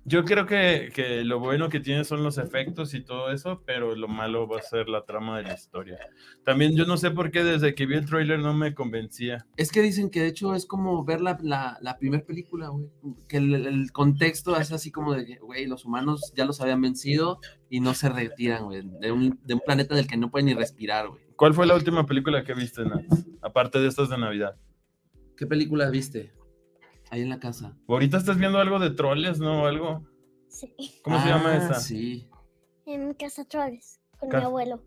Speaker 8: Yo creo que, que lo bueno que tiene son los efectos y todo eso, pero lo malo va a ser la trama de la historia. También yo no sé por qué desde que vi el tráiler no me convencía.
Speaker 9: Es que dicen que de hecho es como ver la, la, primera película, güey. Que el, el contexto es así como de, que, güey, los humanos ya los habían vencido y no se retiran, güey. De un, de un planeta del que no pueden ni respirar, güey.
Speaker 8: ¿Cuál fue la última película que viste, Nat? Aparte de estas de Navidad.
Speaker 9: ¿Qué película viste? Ahí en la casa.
Speaker 8: Ahorita estás viendo algo de troles, ¿no? Algo.
Speaker 3: sí.
Speaker 8: ¿Cómo se llama
Speaker 9: Ah,
Speaker 8: esa?
Speaker 9: Sí.
Speaker 3: En Casa Troles, con mi
Speaker 8: Casa-
Speaker 3: abuelo.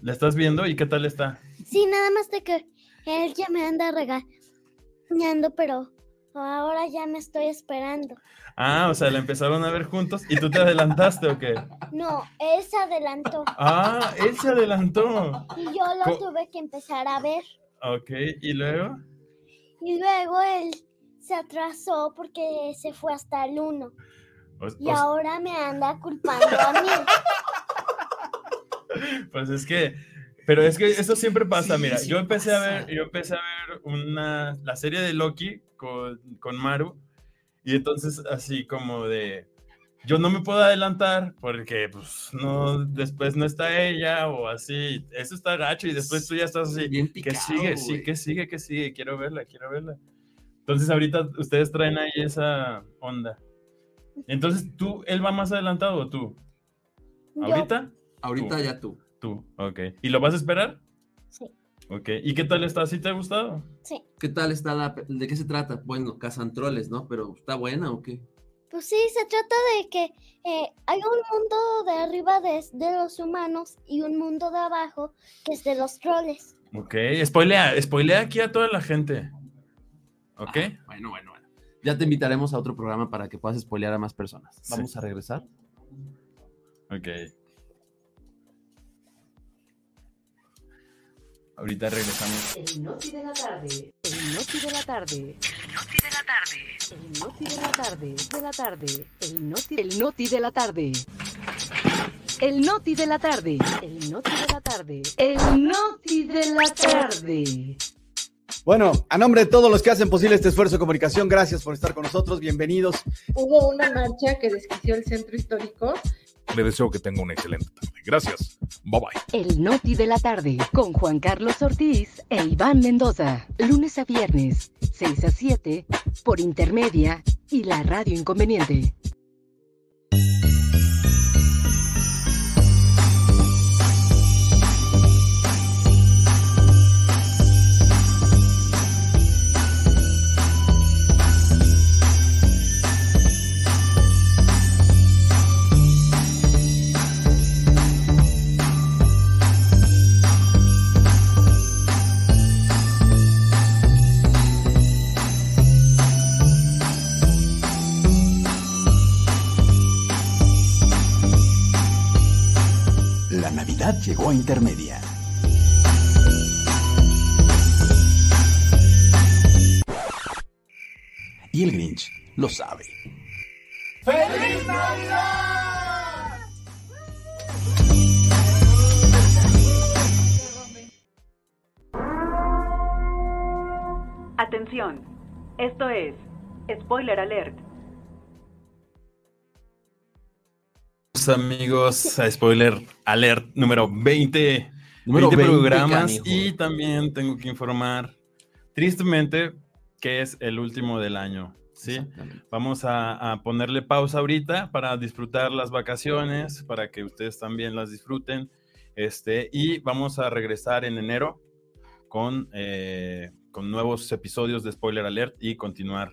Speaker 8: ¿La estás viendo y qué tal está?
Speaker 3: Sí, nada más de que él ya me anda regañando, pero ahora ya me estoy esperando.
Speaker 8: Ah, o sea, la empezaron a ver juntos y tú te adelantaste o qué?
Speaker 3: No, él se adelantó
Speaker 8: Ah, él se adelantó.
Speaker 3: y yo lo
Speaker 8: Co-
Speaker 3: tuve que empezar a ver.
Speaker 8: Ok, y luego.
Speaker 3: Y luego él se atrasó porque se fue hasta el 1.
Speaker 8: O-
Speaker 3: Y
Speaker 8: o-
Speaker 3: ahora me anda culpando a mí.
Speaker 8: Pues es que, pero es que eso siempre pasa,
Speaker 9: Sí,
Speaker 8: mira,
Speaker 9: sí
Speaker 8: yo empecé a
Speaker 9: pasa.
Speaker 8: ver, yo empecé a ver una, la serie de Loki con, con Maru, y entonces así como de, yo no me puedo adelantar porque pues no, después no está ella o así, eso está gacho y después tú ya estás así,
Speaker 9: Bien
Speaker 8: que
Speaker 9: picado,
Speaker 8: sigue, sí,
Speaker 9: güey.
Speaker 8: que sigue, que sigue, quiero verla, quiero verla. Entonces ahorita ustedes traen ahí esa onda. Entonces tú, él va más adelantado o tú,
Speaker 3: Yo,
Speaker 8: ahorita.
Speaker 9: Ahorita
Speaker 8: Tú.
Speaker 9: ya tú.
Speaker 8: Tú, ok. ¿Y lo vas a esperar?
Speaker 3: Sí.
Speaker 8: Ok. ¿Y qué tal está? ¿Sí te ha gustado?
Speaker 3: sí.
Speaker 9: ¿Qué tal está la... pe- ¿De qué se trata? Bueno, Cazantroles, ¿no? Pero ¿está buena o qué?
Speaker 3: Pues sí, se trata de que eh, hay un mundo de arriba de, de los humanos y un mundo de abajo que es de los troles.
Speaker 8: Ok. Spoilea, spoilea aquí a toda la gente. Ok.
Speaker 9: Ah, bueno, bueno, bueno. Ya te invitaremos a otro programa para que puedas spoilear a más personas.
Speaker 8: Sí.
Speaker 9: Vamos a regresar.
Speaker 8: Ok. Ahorita regresamos.
Speaker 10: El Noti de la tarde. El Noti de la tarde. El Noti de la tarde. El Noti de la tarde. De la tarde. El Noti, el noti de la tarde. El Noti de la tarde. El Noti de la tarde. El Noti de la tarde.
Speaker 11: Bueno, a nombre de todos los que hacen posible este esfuerzo de comunicación, gracias por estar con nosotros, bienvenidos.
Speaker 10: Hubo una marcha que desquició el centro histórico.
Speaker 6: Le deseo que tenga una excelente tarde. Gracias. Bye bye.
Speaker 10: El Noti de la tarde con Juan Carlos Ortiz e Iván Mendoza. Lunes a viernes, 6 a 7, por intermedia y la radio inconveniente.
Speaker 4: Navidad llegó a Intermedia. Y el Grinch lo sabe.
Speaker 5: ¡Feliz Navidad!
Speaker 1: Atención, esto es Spoiler Alert.
Speaker 8: Pues, amigos a spoiler alert número 20,
Speaker 9: Número
Speaker 8: 20 programas
Speaker 9: canijo.
Speaker 8: y también tengo que informar tristemente que es el último del año. ¿sí? Vamos a, a ponerle pausa ahorita para disfrutar las vacaciones, para que ustedes también las disfruten. Este, y vamos a regresar en enero con, eh, con nuevos episodios de Spoiler Alert y continuar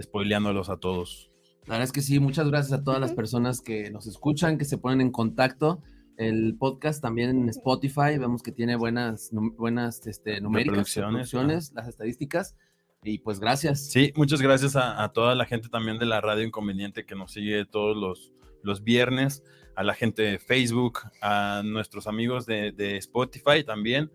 Speaker 8: spoileándolos a todos.
Speaker 9: La verdad es que sí, muchas gracias a todas las personas que nos escuchan, que se ponen en contacto. El podcast también en Spotify, vemos que tiene buenas, num- buenas este, numéricas,
Speaker 8: Reproducciones,
Speaker 9: reproducciones, las estadísticas. Y pues gracias.
Speaker 8: Sí, muchas gracias a, a toda la gente también de la Radio Inconveniente que nos sigue todos los, los viernes, a la gente de Facebook, a nuestros amigos de, de Spotify también.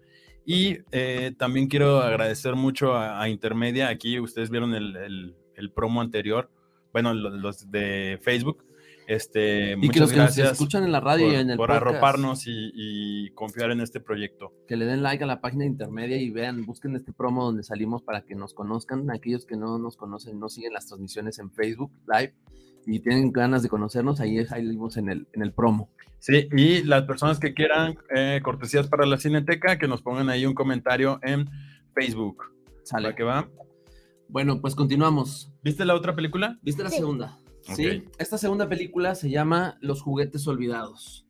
Speaker 8: Y eh, también quiero agradecer mucho a, a Intermedia. Aquí ustedes vieron el, el- el promo anterior, bueno, lo- los de Facebook. Este,
Speaker 9: Y que
Speaker 8: muchas
Speaker 9: los que nos
Speaker 8: gracias
Speaker 9: escuchan en la radio
Speaker 8: por,
Speaker 9: y en el
Speaker 8: por
Speaker 9: podcast.
Speaker 8: arroparnos y- y confiar en este proyecto.
Speaker 9: Que le den like a la página de intermedia y vean, busquen este promo donde salimos para que nos conozcan. Aquellos que no nos conocen, no siguen las transmisiones en Facebook Live y tienen ganas de conocernos, ahí salimos en el, en el promo.
Speaker 8: Sí, y las personas que quieran eh, cortesías para la Cineteca, que nos pongan ahí un comentario en Facebook.
Speaker 9: Sale.
Speaker 8: ¿Va que va?
Speaker 9: Bueno, pues continuamos.
Speaker 8: ¿Viste la otra película?
Speaker 9: ¿Viste la
Speaker 3: Sí.
Speaker 9: segunda?
Speaker 8: Ok.
Speaker 9: Sí. Esta segunda película se llama Los juguetes olvidados.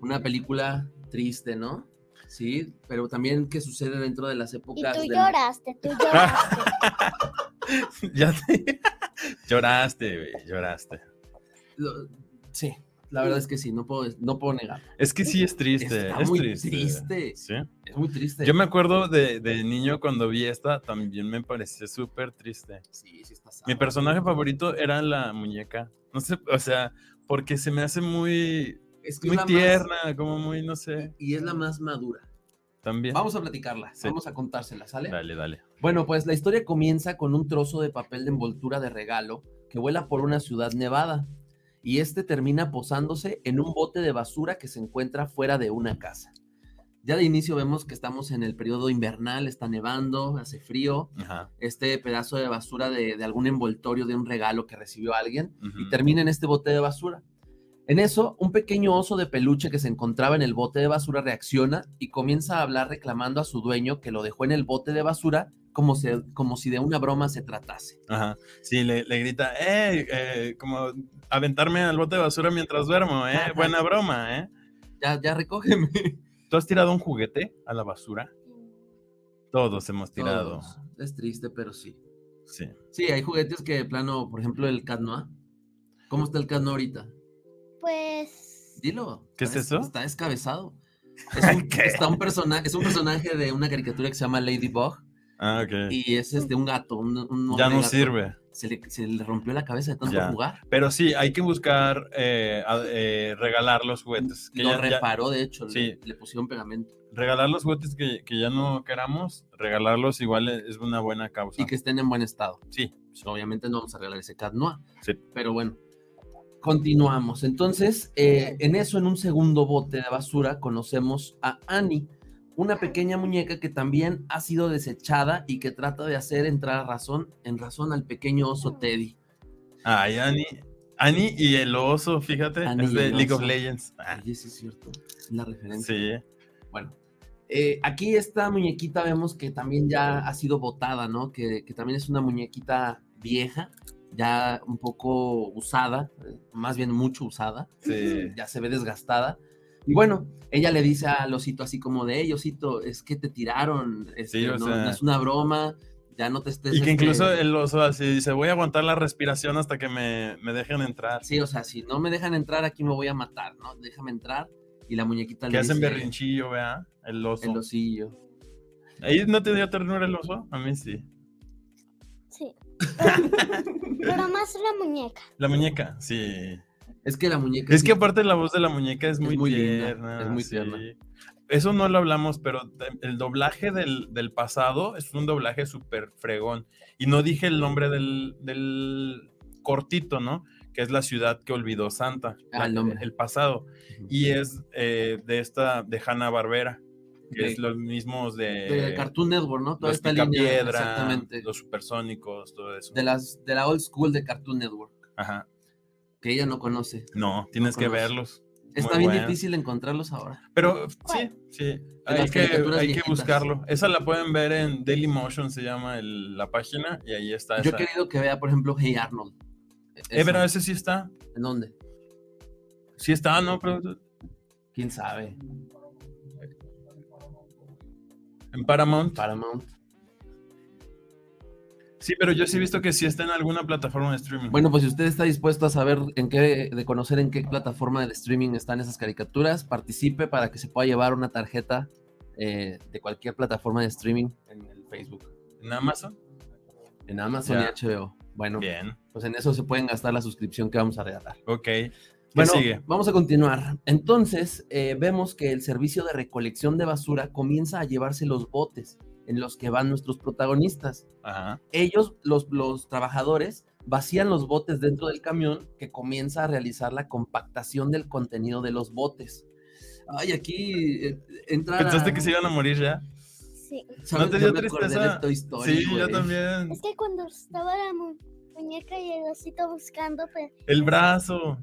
Speaker 9: Una película triste, ¿no? Sí, pero también que sucede dentro de las
Speaker 3: Y
Speaker 9: épocas.
Speaker 3: tú
Speaker 9: del-
Speaker 3: lloraste, tú lloraste.
Speaker 8: ya te- lloraste, güey, lloraste.
Speaker 9: lo- Sí, la verdad es que sí, no puedo, no puedo negar.
Speaker 8: Es que sí es triste.
Speaker 9: Está
Speaker 8: es
Speaker 9: muy
Speaker 8: triste.
Speaker 9: triste.
Speaker 8: Sí.
Speaker 9: Es muy triste.
Speaker 8: Yo me acuerdo de, de niño cuando vi esta, también me pareció súper triste.
Speaker 9: Sí, sí está sad.
Speaker 8: Mi personaje favorito era la muñeca. No sé, o sea, porque se me hace muy,
Speaker 9: Es que es
Speaker 8: muy
Speaker 9: la más-
Speaker 8: tierna, como muy, no sé,
Speaker 9: y es la más madura.
Speaker 8: también.
Speaker 9: Vamos a platicarla,
Speaker 8: Sí.
Speaker 9: vamos a contársela, ¿sale?
Speaker 8: Dale, dale.
Speaker 9: Bueno, pues la historia comienza con un trozo de papel de envoltura de regalo que vuela por una ciudad nevada y este termina posándose en un bote de basura que se encuentra fuera de una casa. Ya de inicio vemos que estamos en el periodo invernal, está nevando, hace frío.
Speaker 8: Ajá.
Speaker 9: Este pedazo de basura de, de algún envoltorio de un regalo que recibió alguien y
Speaker 8: ujú.
Speaker 9: termina en este bote de basura. En eso, un pequeño oso de peluche que se encontraba en el bote de basura reacciona y comienza a hablar reclamando a su dueño que lo dejó en el bote de basura como, se- como si de una broma se tratase.
Speaker 8: Ajá. Sí, le, le grita, "Ey, eh, como aventarme al bote de basura mientras duermo, ¿eh?
Speaker 9: Ajá.
Speaker 8: Buena broma, ¿eh?
Speaker 9: Ya, ya recógeme.
Speaker 8: ¿Tú has tirado un juguete a la basura? Todos hemos tirado.
Speaker 9: Todos. Es triste, pero sí.
Speaker 8: Sí.
Speaker 9: Sí, hay juguetes que de plano, por ejemplo, el Cat Noir. ¿Cómo está el Cat Noir ahorita?
Speaker 3: Pues.
Speaker 9: Dilo.
Speaker 8: ¿Qué
Speaker 9: Está
Speaker 8: es
Speaker 9: des-
Speaker 8: eso?
Speaker 9: Está descabezado. Es un,
Speaker 8: ¿Qué?
Speaker 9: está un persona- es un personaje de una caricatura que se llama Ladybug
Speaker 8: Ah, ok.
Speaker 9: y es este, un gato. un- un
Speaker 8: ya
Speaker 9: hombre
Speaker 8: no
Speaker 9: gato.
Speaker 8: sirve.
Speaker 9: se le, se le rompió la cabeza de tanto
Speaker 8: Ya.
Speaker 9: jugar.
Speaker 8: Pero sí, hay que buscar eh, a- eh, regalar los juguetes. Que
Speaker 9: Lo
Speaker 8: ya- ya-
Speaker 9: reparó, de hecho, le,
Speaker 8: Sí.
Speaker 9: le pusieron pegamento.
Speaker 8: regalar los juguetes que, que ya no queramos, regalarlos igual e, es es una buena causa.
Speaker 9: Y que estén en buen estado.
Speaker 8: Sí.
Speaker 9: Pues, obviamente no vamos a regalar ese Cat Noir.
Speaker 8: Sí.
Speaker 9: Pero bueno, continuamos. Entonces, eh, en eso, en un segundo bote de basura, conocemos a Annie, una pequeña muñeca que también ha sido desechada y que trata de hacer entrar a razón, en razón al pequeño
Speaker 8: Ah.
Speaker 9: oso Teddy.
Speaker 8: Ay, Annie. Annie y el oso, fíjate,
Speaker 9: Annie
Speaker 8: es
Speaker 9: y
Speaker 8: de
Speaker 9: el
Speaker 8: League of
Speaker 9: oso.
Speaker 8: Legends. Ah,
Speaker 9: Oye, sí es cierto. La referencia.
Speaker 8: sí.
Speaker 9: Bueno, eh, aquí esta muñequita vemos que también ya ha sido botada, ¿no? Que, que también es una muñequita vieja, ya un poco usada, eh, más bien mucho usada,
Speaker 8: Sí.
Speaker 9: ya se ve desgastada. Y bueno, ella le dice al osito así como de, hey, osito, es que te tiraron, este,
Speaker 8: Sí, o
Speaker 9: no,
Speaker 8: sea-
Speaker 9: no es una broma, ya no te estés...
Speaker 8: Y
Speaker 9: este,
Speaker 8: que incluso el oso así dice, voy a aguantar la respiración hasta que me, me dejen entrar.
Speaker 9: Sí, o sea, si no me dejan entrar, aquí me voy a matar, ¿no? Déjame entrar. Y la muñequita
Speaker 8: que
Speaker 9: le
Speaker 8: hacen
Speaker 9: dice...
Speaker 8: berrinchillo, vea, el oso.
Speaker 9: El osillo.
Speaker 8: Ahí no te dio ternura el oso, a mí sí.
Speaker 3: Sí. Pero más la muñeca.
Speaker 8: La muñeca, sí.
Speaker 9: Es que la muñeca.
Speaker 8: Es
Speaker 9: sí-
Speaker 8: que aparte la voz de la muñeca es muy,
Speaker 9: muy linda,
Speaker 8: tierna.
Speaker 9: es muy
Speaker 8: sí.
Speaker 9: tierna.
Speaker 8: Eso no lo hablamos, pero te- el doblaje del, del pasado es un doblaje súper fregón. Y no dije el nombre del, del cortito, ¿no? Que es la ciudad que olvidó Santa.
Speaker 9: Ah,
Speaker 8: la-
Speaker 9: el nombre.
Speaker 8: pasado. Y es eh, de esta, de Hanna Barbera. Que
Speaker 9: De-
Speaker 8: es los mismos de.
Speaker 9: de Cartoon Network, ¿no? Toda
Speaker 8: Eh, los
Speaker 9: esta línea,
Speaker 8: Picapiedra,
Speaker 9: exactamente.
Speaker 8: Los supersónicos, todo eso.
Speaker 9: De, las, de la old school de Cartoon Network,
Speaker 8: Ajá.
Speaker 9: que ella no conoce.
Speaker 8: No, tienes que
Speaker 9: conoce.
Speaker 8: verlos.
Speaker 9: Está
Speaker 8: Muy
Speaker 9: bien
Speaker 8: bueno.
Speaker 9: difícil encontrarlos ahora.
Speaker 8: Pero sí, sí. Hay
Speaker 9: las
Speaker 8: que,
Speaker 9: caricaturas
Speaker 8: hay que
Speaker 9: viejitas.
Speaker 8: buscarlo. Esa la pueden ver en Dailymotion, se llama el- la página, y ahí está.
Speaker 9: Yo he
Speaker 8: esa.
Speaker 9: querido que vea, por ejemplo, Hey Arnold.
Speaker 8: Eh, pero
Speaker 9: Esa.
Speaker 8: ese sí está.
Speaker 9: ¿En dónde?
Speaker 8: Sí está, ¿no? Pero
Speaker 9: ¿Quién sabe?
Speaker 8: en Paramount.
Speaker 9: Paramount.
Speaker 8: Sí, pero yo sí he visto que sí está en alguna plataforma de streaming.
Speaker 9: Bueno, pues si usted está dispuesto a saber en qué, de conocer en qué plataforma del streaming están esas caricaturas, participe para que se pueda llevar una tarjeta eh, de cualquier plataforma de streaming en el Facebook,
Speaker 8: En Amazon.
Speaker 9: en Amazon
Speaker 8: Ya.
Speaker 9: y HBO. Bueno,
Speaker 8: Bien.
Speaker 9: pues en eso se pueden gastar la suscripción que vamos a regalar.
Speaker 8: Ok. ¿Qué
Speaker 9: Bueno,
Speaker 8: sigue?
Speaker 9: vamos a continuar. Entonces, eh, vemos que el servicio de recolección de basura comienza a llevarse los botes en los que van nuestros protagonistas.
Speaker 8: Ajá.
Speaker 9: Ellos, los, los trabajadores, vacían los botes dentro del camión que comienza a realizar la compactación del contenido de los botes. Ay, aquí eh, entra...
Speaker 8: ¿Pensaste que se iban a morir ya?
Speaker 3: Sí.
Speaker 8: ¿No te dio tristeza? sí,
Speaker 9: eh.
Speaker 8: yo también.
Speaker 3: Es que cuando estaba la mu- muñeca y el osito buscando, pues,
Speaker 8: El brazo.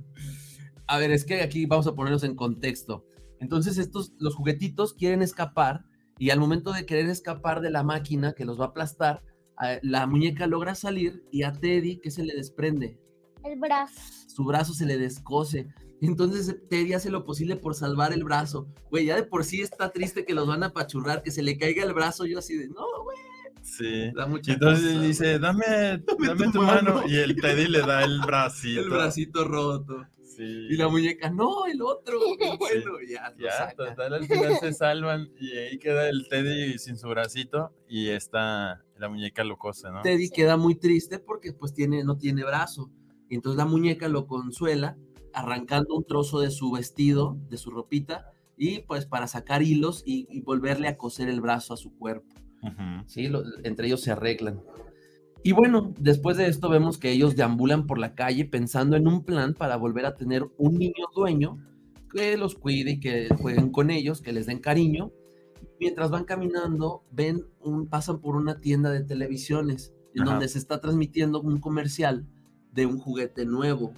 Speaker 9: A ver, es que aquí vamos a ponernos en contexto. Entonces, estos, los juguetitos quieren escapar y al momento de querer escapar de la máquina que los va a aplastar, a- la muñeca logra salir y a Teddy, ¿qué se le desprende?
Speaker 3: el brazo.
Speaker 9: Su brazo se le descoce. Entonces, Teddy hace lo posible por salvar el brazo. Güey, ya de por sí está triste que los van a apachurrar, que se le caiga el brazo. Yo así de, no, güey,
Speaker 8: Sí.
Speaker 9: da mucha
Speaker 8: Y entonces
Speaker 9: cosa,
Speaker 8: él dice, dame, dame,
Speaker 9: tu
Speaker 8: tu, mano.
Speaker 9: mano.
Speaker 8: Y el Teddy le da el bracito.
Speaker 9: El bracito roto.
Speaker 8: Sí.
Speaker 9: Y la muñeca, no, el otro. el bueno, ya, lo
Speaker 8: Ya,
Speaker 9: saca.
Speaker 8: total, al final se salvan y ahí queda el Teddy sin su bracito y está la muñeca locosa, ¿no?
Speaker 9: Teddy queda muy triste porque pues tiene, no tiene brazo. Y entonces la muñeca lo consuela arrancando un trozo de su vestido, de su ropita, y pues para sacar hilos y, y volverle a coser el brazo a su cuerpo.
Speaker 8: Ujú.
Speaker 9: ¿sí? Lo- entre ellos se arreglan. Y bueno, después de esto vemos que ellos deambulan por la calle pensando en un plan para volver a tener un niño dueño que los cuide y que jueguen con ellos, que les den cariño. Mientras van caminando, ven un, pasan por una tienda de televisiones en
Speaker 8: Ajá.
Speaker 9: donde se está transmitiendo un comercial de un juguete nuevo.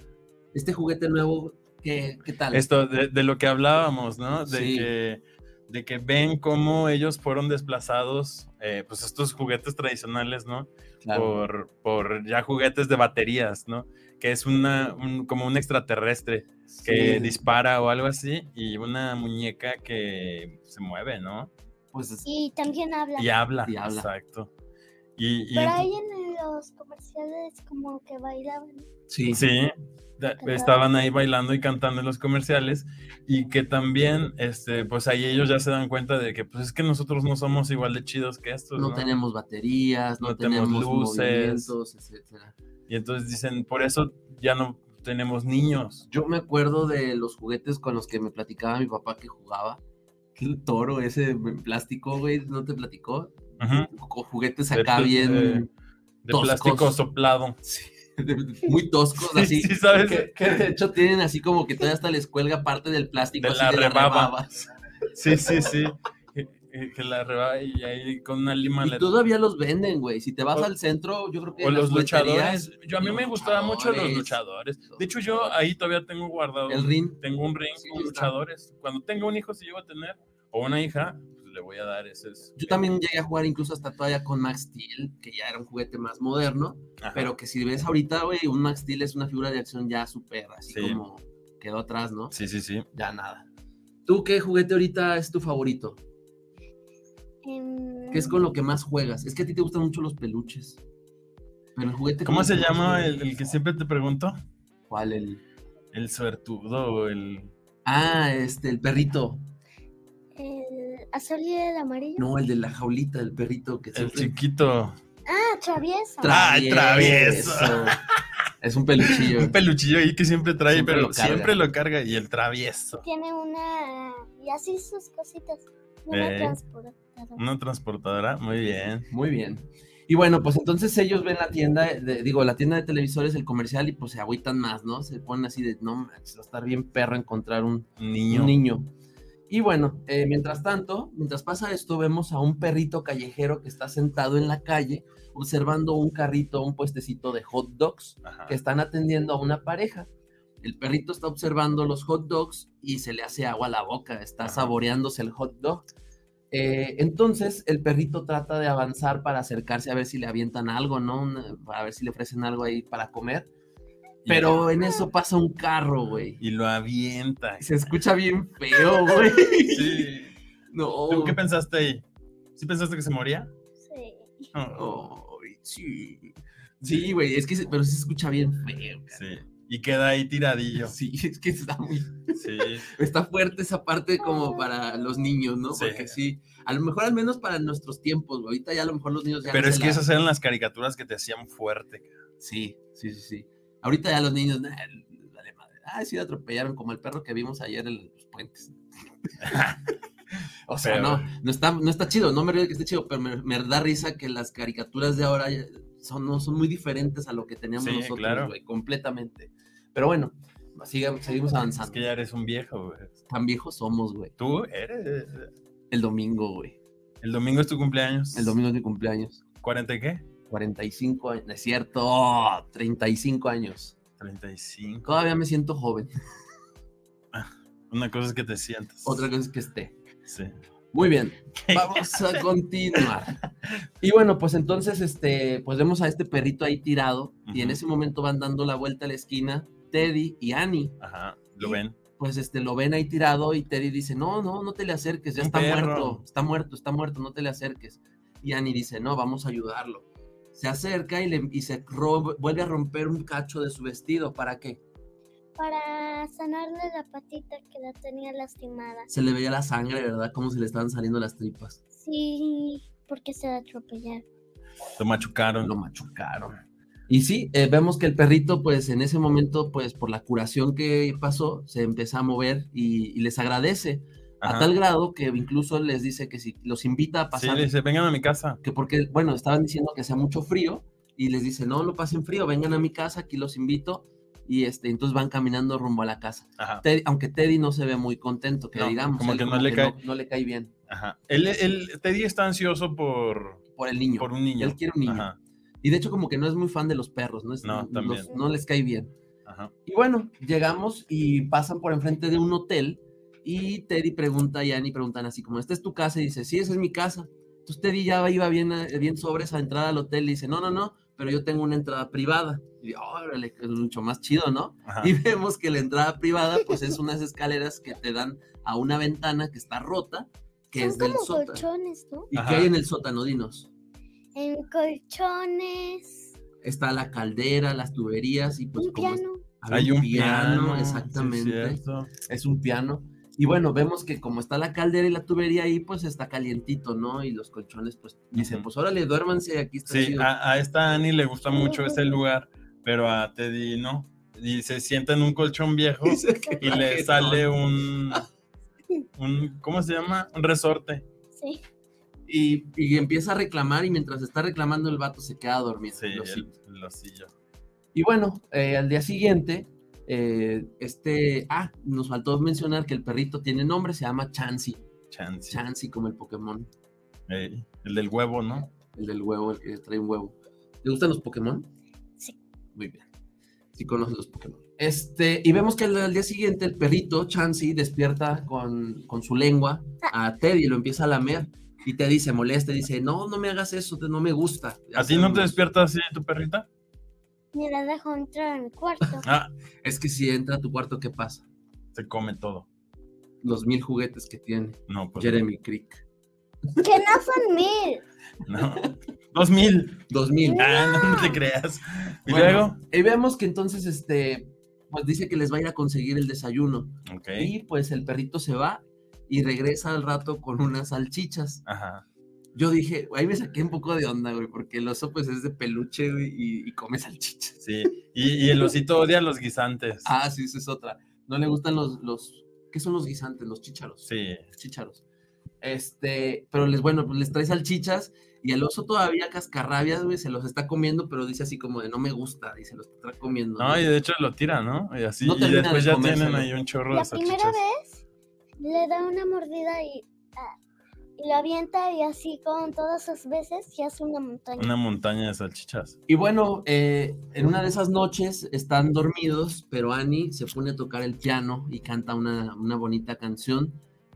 Speaker 9: Este juguete nuevo, ¿qué, qué tal?
Speaker 8: Esto de, de lo que hablábamos, ¿no? De,
Speaker 9: Sí.
Speaker 8: que, de que ven cómo ellos fueron desplazados, eh, pues estos juguetes tradicionales, ¿no?
Speaker 9: Claro.
Speaker 8: Por, por ya juguetes de baterías, ¿no? Que es una, un- como un extraterrestre que
Speaker 9: Sí,
Speaker 8: dispara o algo así y una muñeca que se mueve, ¿no?
Speaker 9: pues, es-
Speaker 3: Y también habla.
Speaker 8: Y habla.
Speaker 9: Y habla.
Speaker 8: Exacto. Y, y
Speaker 3: Pero
Speaker 8: ento-
Speaker 3: ahí en los comerciales como que bailaban.
Speaker 9: sí.
Speaker 8: Sí, da-
Speaker 3: Cantaban.
Speaker 8: estaban ahí bailando y cantando en los comerciales y que también, este, pues ahí ellos ya se dan cuenta de que pues es que nosotros no somos igual de chidos que estos,
Speaker 9: no
Speaker 8: ¿no?
Speaker 9: tenemos baterías, no,
Speaker 8: No tenemos
Speaker 9: tenemos,
Speaker 8: luces.
Speaker 9: movimientos, etcétera.
Speaker 8: Y entonces dicen, por eso ya no tenemos niños.
Speaker 9: Yo me acuerdo de los juguetes con los que me platicaba mi papá que jugaba. El toro ese en plástico, güey, ¿no te platicó?
Speaker 8: Ujú,
Speaker 9: Con juguetes
Speaker 8: De
Speaker 9: acá
Speaker 8: pl-
Speaker 9: bien
Speaker 8: De
Speaker 9: Toscos.
Speaker 8: plástico soplado.
Speaker 9: muy toscos,
Speaker 8: eh. Sí,
Speaker 9: así.
Speaker 8: sí, ¿sabes?
Speaker 9: Que, que de hecho tienen así como que todavía hasta les cuelga parte del plástico.
Speaker 8: De
Speaker 9: así
Speaker 8: la
Speaker 9: de
Speaker 8: rebaba.
Speaker 9: rebabas.
Speaker 8: Sí, sí, sí. Que- Que que la reba y ahí con una lima le-
Speaker 9: Y todavía los venden, güey. Si te vas
Speaker 8: O-
Speaker 9: al centro, yo creo que.
Speaker 8: O
Speaker 9: en las
Speaker 8: los
Speaker 9: jugueterías,
Speaker 8: luchadores. Yo, a mí
Speaker 9: los
Speaker 8: me gustaban mucho los luchadores. De hecho, yo ahí todavía tengo guardado.
Speaker 9: El ring.
Speaker 8: tengo un ring
Speaker 9: Sí,
Speaker 8: con
Speaker 9: está.
Speaker 8: luchadores. Cuando tenga un hijo, si llego a tener, o una hija, pues le voy a dar ese. es-
Speaker 9: Yo también llegué a jugar incluso hasta todavía con Max Steel, que ya era un juguete más moderno.
Speaker 8: Ajá.
Speaker 9: Pero que si ves ahorita, güey, un Max Steel es una figura de acción ya súper, así
Speaker 8: Sí.
Speaker 9: como quedó atrás, ¿no?
Speaker 8: Sí, sí, sí.
Speaker 9: Ya nada. ¿Tú qué juguete ahorita es tu favorito?
Speaker 3: em,
Speaker 9: ¿Qué es con lo que más juegas? Es que a ti te gustan mucho los peluches. Pero el juguete. con
Speaker 8: ¿Cómo
Speaker 9: el
Speaker 8: se
Speaker 9: que más
Speaker 8: llama
Speaker 9: juegas?
Speaker 8: el, el que siempre te pregunto?
Speaker 9: ¿Cuál? El...
Speaker 8: El suertudo, o el.
Speaker 9: Ah, este, el perrito.
Speaker 3: El azul y el amarillo.
Speaker 9: No, el de la jaulita, el perrito que
Speaker 8: El
Speaker 9: siempre.
Speaker 8: chiquito.
Speaker 3: Ah, traviesa.
Speaker 8: Tra- Ay, travieso.
Speaker 9: Es un peluchillo.
Speaker 8: Un peluchillo ahí que siempre trae,
Speaker 9: Siempre
Speaker 8: pero
Speaker 9: lo carga.
Speaker 8: siempre lo carga. Y el travieso.
Speaker 3: Tiene una. Y así sus cositas.
Speaker 8: Eh.
Speaker 3: Una transportadora.
Speaker 9: Mm.
Speaker 8: Una transportadora, muy bien.
Speaker 9: Muy bien. Y bueno, pues entonces ellos ven la tienda, de- digo, la tienda de televisores, el comercial, y pues se agüitan más, ¿no? Se ponen así de, no, manches, va a estar bien perro encontrar un,
Speaker 8: Un
Speaker 9: un
Speaker 8: niño.
Speaker 9: niño. Y bueno, eh, mientras tanto, mientras pasa esto, vemos a un perrito callejero que está sentado en la calle observando un carrito, un puestecito de hot dogs
Speaker 8: Ajá.
Speaker 9: que están atendiendo a una pareja. El perrito está observando los hot dogs y se le hace agua a la boca, está
Speaker 8: Ajá.
Speaker 9: saboreándose el hot dog. Eh, entonces el perrito trata de avanzar para acercarse a ver si le avientan algo, ¿no? Una- a ver si le ofrecen algo ahí para comer.
Speaker 8: Y-
Speaker 9: Pero en eso pasa un carro, güey.
Speaker 8: Y lo avienta.
Speaker 9: Se escucha bien feo, güey.
Speaker 8: Sí.
Speaker 9: No.
Speaker 8: ¿Tú qué pensaste ahí? ¿Sí pensaste que se moría?
Speaker 3: Sí.
Speaker 9: Oh.
Speaker 8: No.
Speaker 9: Ay, sí. Sí, güey, es que, se- pero sí se escucha bien feo. cara.
Speaker 8: Sí. Y queda ahí tiradillo.
Speaker 9: Sí, es que está muy
Speaker 8: Sí.
Speaker 9: está fuerte esa parte como para los niños, ¿no?
Speaker 8: Sí.
Speaker 9: Porque sí, a lo mejor al menos para nuestros tiempos, güey. ahorita ya a lo mejor los niños pues, ya
Speaker 8: Pero
Speaker 9: no
Speaker 8: es
Speaker 9: se
Speaker 8: que
Speaker 9: la-
Speaker 8: esas eran las caricaturas que te hacían fuerte.
Speaker 9: Sí, sí, sí, sí. Ahorita ya los niños, nah, les vale madre. Ah, sí, atropellaron como el perro que vimos ayer en los puentes. o sea,
Speaker 8: Pero-
Speaker 9: no, no está, no está chido, no me río de que esté chido, pero me, me da risa que las caricaturas de ahora ya son, no, son muy diferentes a lo que teníamos
Speaker 8: Sí,
Speaker 9: nosotros,
Speaker 8: claro.
Speaker 9: güey, completamente. Pero bueno, siga- seguimos
Speaker 8: Es
Speaker 9: avanzando.
Speaker 8: que ya eres un viejo, güey.
Speaker 9: Tan viejos somos, güey.
Speaker 8: Tú eres. eh,
Speaker 9: El domingo, güey.
Speaker 8: El domingo es tu cumpleaños.
Speaker 9: El domingo es mi cumpleaños.
Speaker 8: ¿40 y qué?
Speaker 9: 45 años, es cierto, ¡oh! 35 años.
Speaker 8: 35.
Speaker 9: Todavía me siento joven.
Speaker 8: Una cosa es que te sientas.
Speaker 9: Otra cosa es que esté.
Speaker 8: Sí.
Speaker 9: Muy bien, vamos a continuar. Y bueno, pues entonces, este, pues vemos a este perrito ahí tirado y en
Speaker 8: Ujú.
Speaker 9: ese momento van dando la vuelta a la esquina Teddy y Annie.
Speaker 8: Ajá. Lo
Speaker 9: Y-
Speaker 8: ven.
Speaker 9: Pues este, lo ven ahí tirado y Teddy dice, no, no, no te le acerques, ya
Speaker 8: Un
Speaker 9: está
Speaker 8: perro.
Speaker 9: muerto, está muerto, está muerto, no te le acerques. Y Annie dice, no, vamos a ayudarlo. Se acerca y, le, y se ro- vuelve a romper un cacho de su vestido. ¿Para qué?
Speaker 3: Para sanarle la patita que la tenía lastimada.
Speaker 9: Se le veía la sangre, ¿verdad? Cómo se le estaban saliendo las tripas.
Speaker 3: Sí, porque se la atropellaron.
Speaker 8: Lo machucaron.
Speaker 9: Lo machucaron. Y sí, eh, vemos que el perrito, pues en ese momento, pues por la curación que pasó, se empieza a mover y, y les agradece.
Speaker 8: Ajá.
Speaker 9: A tal grado que incluso les dice que si los invita a
Speaker 8: Sí,
Speaker 9: pasar,
Speaker 8: le dice, vengan a mi casa.
Speaker 9: que porque, bueno, estaban diciendo que hacía mucho frío y les dice, no, no pasen frío, vengan a mi casa, aquí los invito. Y este, entonces van caminando rumbo a la casa.
Speaker 8: Ajá.
Speaker 9: Teddy- aunque Teddy no se ve muy contento, que
Speaker 8: No,
Speaker 9: digamos,
Speaker 8: como
Speaker 9: él
Speaker 8: que no le cae-
Speaker 9: no le cae bien
Speaker 8: Ajá. Él, él, Teddy está ansioso por,
Speaker 9: por el niño.
Speaker 8: por un niño.
Speaker 9: Él quiere un niño.
Speaker 8: Ajá.
Speaker 9: Y de hecho como que no es muy fan de los perros, ¿no? Es-
Speaker 8: No,
Speaker 9: los-
Speaker 8: también.
Speaker 9: no les cae bien.
Speaker 8: Ajá.
Speaker 9: Y bueno, llegamos y pasan por enfrente de un hotel y Teddy pregunta y Annie preguntan así como, ¿esta es tu casa? Y dice, sí, esa es mi casa. Entonces Teddy ya iba bien, eh, bien sobre esa entrada al hotel y dice, no, no, no, pero yo tengo una entrada privada. Y órale, que es mucho más chido, ¿no?
Speaker 8: Ajá.
Speaker 9: Y vemos que la entrada privada pues es unas escaleras que te dan a una ventana que está rota, que es
Speaker 3: Son
Speaker 9: del
Speaker 3: como
Speaker 9: sótano.
Speaker 3: colchones, ¿no?
Speaker 9: ¿Y
Speaker 8: Ajá.
Speaker 9: qué hay en el sótano, dinos?
Speaker 3: En colchones.
Speaker 9: Está la caldera, las tuberías y pues
Speaker 3: un
Speaker 9: como es-
Speaker 3: piano.
Speaker 8: Hay un piano, sí,
Speaker 9: exactamente.
Speaker 8: cierto.
Speaker 9: es un piano. Y bueno, vemos que como está la caldera y la tubería ahí, pues está calientito, ¿no? Y los colchones, pues dicen,
Speaker 8: Ujú.
Speaker 9: pues órale, duérmanse, aquí está
Speaker 8: Sí, ah.
Speaker 9: chido.
Speaker 8: a, a esta Annie le gusta mucho ese lugar, pero a Teddy no. Y se sienta en un colchón viejo
Speaker 9: Y se queda
Speaker 8: y le
Speaker 9: jetón.
Speaker 8: sale un, un, ¿cómo se llama? Un resorte.
Speaker 3: Sí.
Speaker 9: Y, y empieza a reclamar y mientras está reclamando el vato se queda dormido.
Speaker 8: Sí,
Speaker 9: Lo siento.
Speaker 8: el, el osillo.
Speaker 9: Y bueno, eh, al día siguiente, eh, este, ah, nos faltó mencionar que el perrito tiene nombre, se llama Chansey.
Speaker 8: Chance.
Speaker 9: Chansey como el Pokémon,
Speaker 8: Ey, el del huevo, ¿no?
Speaker 9: el del huevo, el que trae un huevo. ¿Te gustan los Pokémon?
Speaker 3: Sí.
Speaker 9: Muy bien. Sí conoces los Pokémon. Este, y vemos que al, al día siguiente el perrito, Chansey, despierta con, con su lengua a Teddy, lo empieza a lamer. Y Teddy se molesta y dice, no, no me hagas eso, te- no me gusta. Ya
Speaker 8: ¿A ti no te
Speaker 9: sabemos.
Speaker 8: despierta así tu perrita?
Speaker 3: Me la dejo entrar a mi cuarto.
Speaker 8: Ah,
Speaker 9: Es que si entra a tu cuarto, ¿qué pasa?
Speaker 8: se come todo.
Speaker 9: Los mil juguetes que tiene
Speaker 8: No, pues.
Speaker 9: Jeremy Creek.
Speaker 3: que no son mil.
Speaker 8: No. Dos mil.
Speaker 9: Dos mil.
Speaker 8: Ah, no, no te creas. Y
Speaker 9: Bueno,
Speaker 8: luego.
Speaker 9: Y vemos que entonces, este, pues dice que les va a ir a conseguir el desayuno.
Speaker 8: Ok.
Speaker 9: Y pues el perrito se va y regresa al rato con unas salchichas.
Speaker 8: Ajá.
Speaker 9: Yo dije, ahí me saqué un poco de onda, güey, porque el oso pues es de peluche güey, y, y come salchichas.
Speaker 8: Sí, y, y el osito odia los guisantes.
Speaker 9: Ah, sí, esa es otra. No le gustan los, los, ¿qué son los guisantes? Los chícharos.
Speaker 8: Sí.
Speaker 9: Chícharos. Este, pero les, bueno, pues les trae salchichas y el oso todavía cascarrabias, güey, se los está comiendo, pero dice así como de no me gusta y se los está comiendo.
Speaker 8: No,
Speaker 9: güey.
Speaker 8: y de hecho lo tira, ¿no? Y así,
Speaker 9: No
Speaker 8: y
Speaker 9: termina
Speaker 8: después
Speaker 9: de
Speaker 8: ya
Speaker 9: comérselo.
Speaker 8: tienen ahí un chorro
Speaker 3: La
Speaker 8: de salchichas.
Speaker 3: primera vez le da una mordida y, ah, y lo avienta y así con todas sus veces ya hace una montaña.
Speaker 8: Una montaña de salchichas.
Speaker 9: Y bueno, eh, en una de esas noches están dormidos, pero Annie se pone a tocar el piano y canta una, una bonita canción,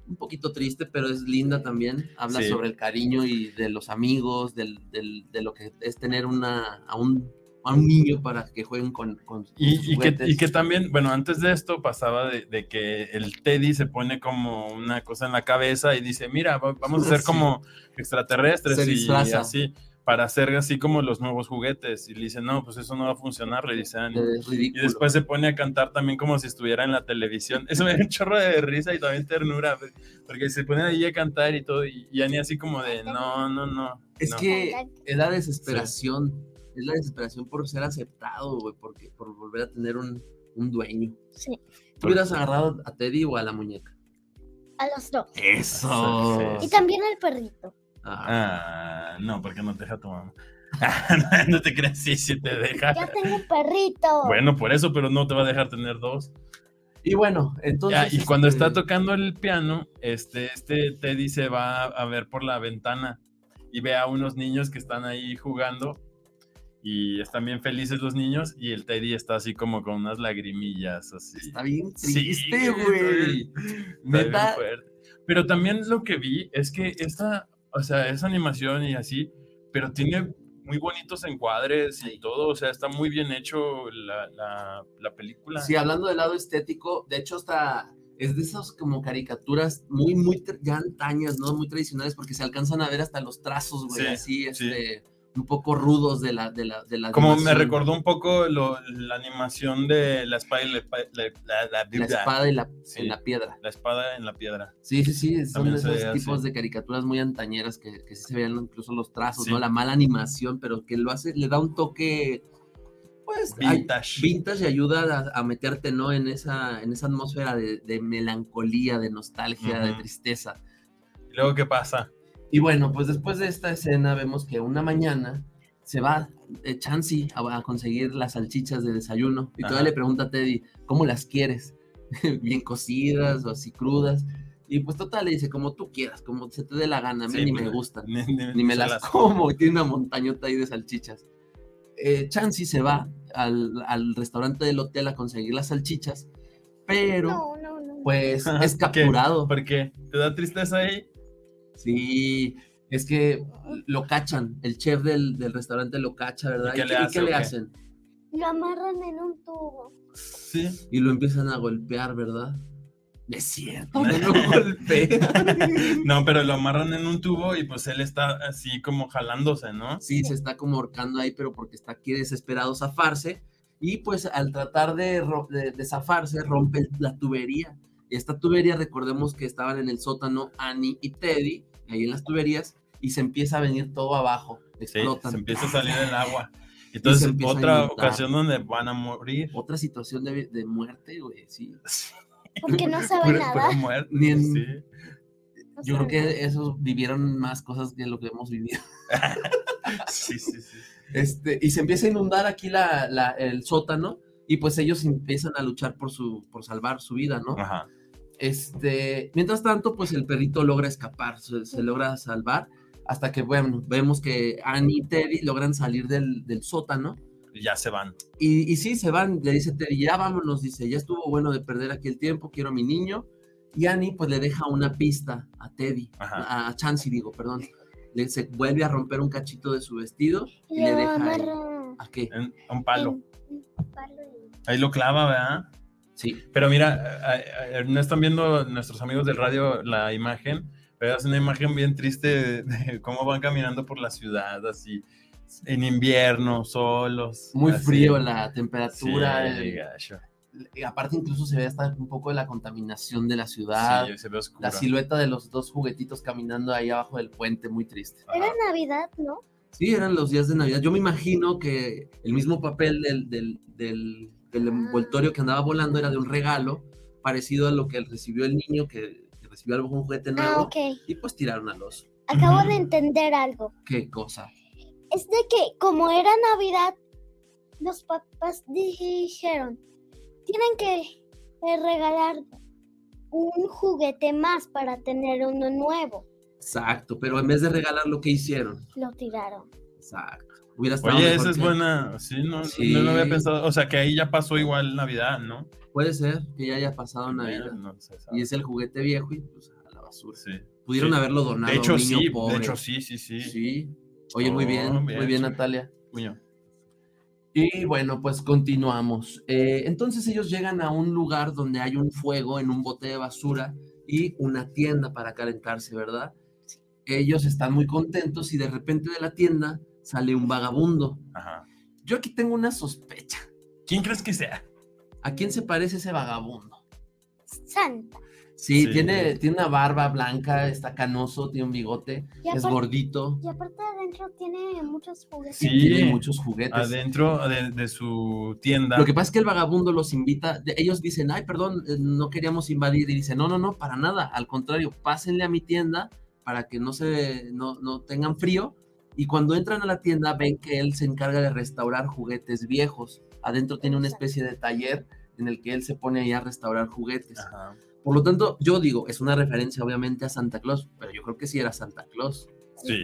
Speaker 9: un poquito triste, pero es linda también. Habla
Speaker 8: Sí.
Speaker 9: sobre el cariño y de los amigos, del, del- de lo que es tener una, a, un, a un niño para que jueguen con, con, con sus
Speaker 8: Y, y que,
Speaker 9: juguetes.
Speaker 8: y que también, bueno, antes de esto pasaba de, de que el Teddy se pone como una cosa en la cabeza y dice, mira, va- vamos a ser
Speaker 9: Sí.
Speaker 8: como extraterrestres
Speaker 9: Se
Speaker 8: y,
Speaker 9: disfraza.
Speaker 8: así, para hacer así como los nuevos juguetes. Y le dice, no, pues eso no va a funcionar, le dice Annie.
Speaker 9: Es
Speaker 8: Y
Speaker 9: ridículo.
Speaker 8: después se pone a cantar también como si estuviera en la televisión. Eso me dio un chorro de risa y también ternura, pe- porque se pone ahí a cantar y todo, y, y Annie así como de, no, no, no.
Speaker 9: Es
Speaker 8: no".
Speaker 9: que es la desesperación, es la desesperación por ser aceptado, güey, porque, por volver a tener un, un dueño.
Speaker 3: Sí,
Speaker 9: ¿Tú hubieras agarrado a Teddy o a la muñeca?
Speaker 3: a los dos.
Speaker 9: Eso.
Speaker 3: Y también al perrito.
Speaker 8: Ah, no, porque no te deja tu mamá. no te creas, sí, sí te deja.
Speaker 9: Ah,
Speaker 3: Ya tengo un perrito.
Speaker 8: Bueno, por eso, pero no te va a dejar tener dos.
Speaker 9: Y bueno, entonces.
Speaker 8: Ah, y cuando
Speaker 9: este,
Speaker 8: está tocando el piano, este, este Teddy se va a ver por la ventana y ve a unos niños que están ahí jugando y están bien felices los niños y el Teddy está así como con unas lagrimillas así.
Speaker 9: Está bien
Speaker 8: Sí,
Speaker 9: triste,
Speaker 8: güey,
Speaker 9: güey.
Speaker 8: Está bien
Speaker 9: Neta.
Speaker 8: fuerte. Pero también lo que vi es que esta, o sea, es animación y así, pero tiene muy bonitos encuadres y todo, o sea, está muy bien hecho la, la- la película.
Speaker 9: Sí, hablando del lado estético, de hecho, hasta es de esas como caricaturas muy, muy tra- ya antañas, ¿no? Muy tradicionales, porque se alcanzan a ver hasta los trazos, güey,
Speaker 8: Sí,
Speaker 9: así,
Speaker 8: sí.
Speaker 9: este, un poco rudos de la. De la, de la
Speaker 8: Como me
Speaker 9: animación.
Speaker 8: recordó un poco lo- la animación de la espada y la, la- la- la
Speaker 9: La
Speaker 8: viuda.
Speaker 9: espada y la,
Speaker 8: Sí.
Speaker 9: en la piedra.
Speaker 8: La espada en la piedra.
Speaker 9: Sí, sí, sí, son
Speaker 8: También
Speaker 9: de
Speaker 8: se
Speaker 9: esos
Speaker 8: ve así.
Speaker 9: tipos de caricaturas muy antañeras que, que sí se veían incluso los trazos,
Speaker 8: Sí.
Speaker 9: ¿no? La mala animación, pero que lo hace, le da un toque, pues, ay,
Speaker 8: Vintage.
Speaker 9: vintage y ayuda a, a meterte, ¿no? En esa, en esa atmósfera de, de melancolía, de nostalgia, de
Speaker 8: Ujú.
Speaker 9: tristeza.
Speaker 8: ¿Y luego qué pasa?
Speaker 9: Y bueno, pues después de esta escena vemos que una mañana se va eh, Chansey a, a conseguir las salchichas de desayuno y todavía
Speaker 8: Ajá.
Speaker 9: le pregunta a Teddy, ¿cómo las quieres? ¿Bien cocidas o así crudas? Y pues total le dice, como tú quieras, como se te dé la gana, a mí
Speaker 8: Sí,
Speaker 9: ni
Speaker 8: pues,
Speaker 9: me gustan,
Speaker 8: Ni, ni-
Speaker 9: ni me
Speaker 8: se
Speaker 9: las como, y tiene una montañota ahí de salchichas. Eh, Chansey se va al, al restaurante del hotel a conseguir las salchichas, pero
Speaker 3: No, no, no.
Speaker 9: pues
Speaker 8: Ajá,
Speaker 9: es
Speaker 8: ¿qué?
Speaker 9: capturado.
Speaker 8: ¿Por qué? ¿Te da tristeza ahí?
Speaker 9: Sí, es que lo cachan, el chef del, del restaurante lo cacha, ¿verdad?
Speaker 8: ¿Y qué le hace o qué?
Speaker 9: hacen?
Speaker 3: Lo amarran en un tubo.
Speaker 8: Sí.
Speaker 9: Y lo empiezan a golpear, ¿verdad? Es cierto, no lo golpean.
Speaker 8: No, pero lo amarran en un tubo y pues él está así como jalándose, ¿no?
Speaker 9: Sí, se está como ahorcando ahí, pero porque está aquí desesperado zafarse. Y pues al tratar de, ro- de- de zafarse, rompe el- la tubería. Esta tubería, recordemos que estaban en el sótano Annie y Teddy, ahí en las tuberías, y se empieza a venir todo abajo.
Speaker 8: Sí,
Speaker 9: Explotan.
Speaker 8: se empieza a salir el agua. Entonces,
Speaker 9: empieza a
Speaker 8: otra
Speaker 9: inundar.
Speaker 8: ocasión donde van a morir.
Speaker 9: Otra situación de, de muerte, güey, sí.
Speaker 3: Porque no sabe
Speaker 8: Pura- pura
Speaker 3: nada.
Speaker 8: muerte,
Speaker 9: Ni en-
Speaker 8: sí.
Speaker 3: no
Speaker 9: Yo
Speaker 3: sabe
Speaker 9: creo que esos vivieron más cosas que lo que hemos vivido.
Speaker 8: Sí, sí, sí.
Speaker 9: Este, y se empieza a inundar aquí la, la- el sótano y pues ellos empiezan a luchar por, su, por salvar su vida, ¿no?
Speaker 8: Ajá.
Speaker 9: Este, mientras tanto, pues el perrito logra escapar, se, se logra salvar hasta que, bueno, vemos que Annie y Teddy logran salir del, del sótano
Speaker 8: Y Ya se van.
Speaker 9: Y, y sí, se van, le dice Teddy, ya vámonos, dice, ya estuvo bueno de perder aquí el tiempo, quiero a mi niño. Y Annie pues le deja una pista a Teddy,
Speaker 8: Ajá.
Speaker 9: a, a Chansey digo, perdón. Le, se vuelve a romper un cachito de su vestido
Speaker 3: Y
Speaker 9: y le
Speaker 3: lo
Speaker 9: deja ahí.
Speaker 3: amarra
Speaker 9: ¿A qué?
Speaker 8: En a un palo.
Speaker 3: en un palo y-
Speaker 8: Ahí lo clava, ¿verdad?
Speaker 9: Sí,
Speaker 8: Pero mira, a- a- a- no están viendo nuestros amigos del radio la imagen, pero es una imagen bien triste de, de cómo van caminando por la ciudad, así, en invierno, solos.
Speaker 9: muy
Speaker 8: así.
Speaker 9: frío la
Speaker 8: Sí,
Speaker 9: temperatura, el-
Speaker 8: gacho.
Speaker 9: eh, aparte incluso se ve hasta un poco de la contaminación de la ciudad,
Speaker 8: Sí, se ve oscura.
Speaker 9: la silueta de los dos juguetitos caminando ahí abajo del puente, muy triste.
Speaker 3: Era Navidad, ¿no?
Speaker 9: Sí, eran los días de Navidad. Yo me imagino que el mismo papel del, del, del-
Speaker 3: Ah.
Speaker 9: del envoltorio que andaba volando era de un regalo parecido a lo que recibió el niño que, que recibió algo un juguete nuevo
Speaker 3: Ah, ok.
Speaker 9: y pues tiraron al oso.
Speaker 3: Acabo de entender algo.
Speaker 9: Qué cosa.
Speaker 3: Es de que como era Navidad, los papás dijeron, tienen que eh, regalar un juguete más para tener uno nuevo.
Speaker 9: Exacto, pero en vez de regalar lo que hicieron.
Speaker 3: Lo tiraron.
Speaker 9: Exacto. Hubiera estado
Speaker 8: Oye,
Speaker 9: mejor
Speaker 8: esa es
Speaker 9: que-
Speaker 8: buena. Sí, no,
Speaker 9: Sí.
Speaker 8: no lo había pensado. O sea, que ahí ya pasó igual Navidad, ¿no?
Speaker 9: Puede ser que ya haya pasado Navidad.
Speaker 8: No se sabe.
Speaker 9: Y es el juguete viejo y pues a la basura.
Speaker 8: Sí.
Speaker 9: Pudieron
Speaker 8: Sí.
Speaker 9: haberlo donado
Speaker 8: De hecho,
Speaker 9: a un niño
Speaker 8: sí,
Speaker 9: pobre.
Speaker 8: de hecho, sí, sí, sí.
Speaker 9: Sí. Oye, muy bien,
Speaker 8: Oh,
Speaker 9: muy bien,
Speaker 8: sí.
Speaker 9: Natalia.
Speaker 8: Cuño.
Speaker 9: Y bueno, pues continuamos. Eh, entonces ellos llegan a un lugar donde hay un fuego en un bote de basura y una tienda para calentarse, ¿verdad? Ellos están muy contentos y de repente de la tienda sale un vagabundo.
Speaker 8: Ajá.
Speaker 9: Yo aquí tengo una sospecha.
Speaker 8: ¿Quién crees que sea?
Speaker 9: ¿A quién se parece ese vagabundo?
Speaker 3: Santa.
Speaker 9: Sí,
Speaker 8: Sí.
Speaker 9: Tiene, tiene una barba blanca, está canoso, tiene un bigote,
Speaker 3: Y
Speaker 9: es
Speaker 3: aparte-
Speaker 9: gordito,
Speaker 3: Y aparte adentro tiene muchos juguetes.
Speaker 8: Sí.
Speaker 9: tiene muchos juguetes.
Speaker 8: Adentro de, de su tienda.
Speaker 9: Lo que pasa es que el vagabundo los invita, de- ellos dicen, ay, perdón, eh, no queríamos invadir, y dicen, no, no, no, para nada, al contrario, pásenle a mi tienda para que no, se, no, no tengan frío, y cuando entran a la tienda ven que él se encarga de restaurar juguetes viejos, adentro tiene una especie de taller en el que él se pone ahí a restaurar juguetes.
Speaker 8: Ajá.
Speaker 9: Por lo tanto, yo digo, es una referencia obviamente a Santa Claus, pero yo creo que sí era Santa Claus.
Speaker 8: Sí,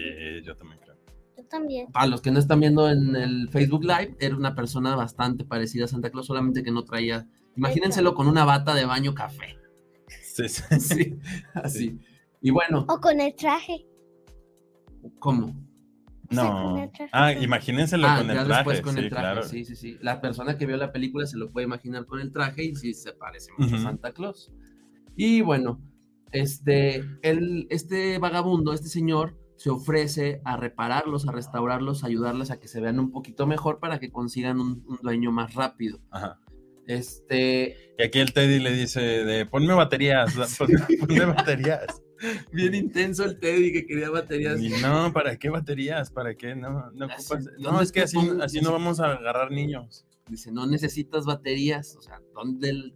Speaker 8: yo también creo.
Speaker 3: Yo también.
Speaker 9: Para los que no están viendo en el Facebook Live, era una persona bastante parecida a Santa Claus, solamente que no traía. Imagínenselo con una bata de baño café.
Speaker 8: Sí, sí.
Speaker 9: Sí, así. Y bueno,
Speaker 3: O con el traje.
Speaker 9: ¿cómo?
Speaker 3: O sea,
Speaker 8: No.
Speaker 3: con el traje.
Speaker 8: Ah, imagínenselo
Speaker 9: Ah,
Speaker 8: con el
Speaker 9: ya
Speaker 8: traje.
Speaker 9: después con
Speaker 8: sí,
Speaker 9: el traje.
Speaker 8: claro.
Speaker 9: Sí, sí, sí. La persona que vio la película se lo puede imaginar con el traje y sí se parece mucho a
Speaker 8: Ujú.
Speaker 9: Santa Claus. Y bueno, este, el, este vagabundo, este señor, se ofrece a repararlos, a restaurarlos, a ayudarles a que se vean un poquito mejor para que consigan un, un dueño más rápido.
Speaker 8: Ajá.
Speaker 9: Este,
Speaker 8: Y aquí el Teddy le dice de ponme baterías, da- pon- ponme baterías.
Speaker 9: bien intenso el Teddy que quería baterías.
Speaker 8: Y no, ¿para qué baterías? ¿Para qué? No, no
Speaker 9: Así,
Speaker 8: ocupas. No,
Speaker 9: ¿dónde
Speaker 8: es que
Speaker 9: te
Speaker 8: así,
Speaker 9: pongo?
Speaker 8: así no vamos a agarrar niños.
Speaker 9: Dice, no necesitas baterías, o sea, ¿dónde el-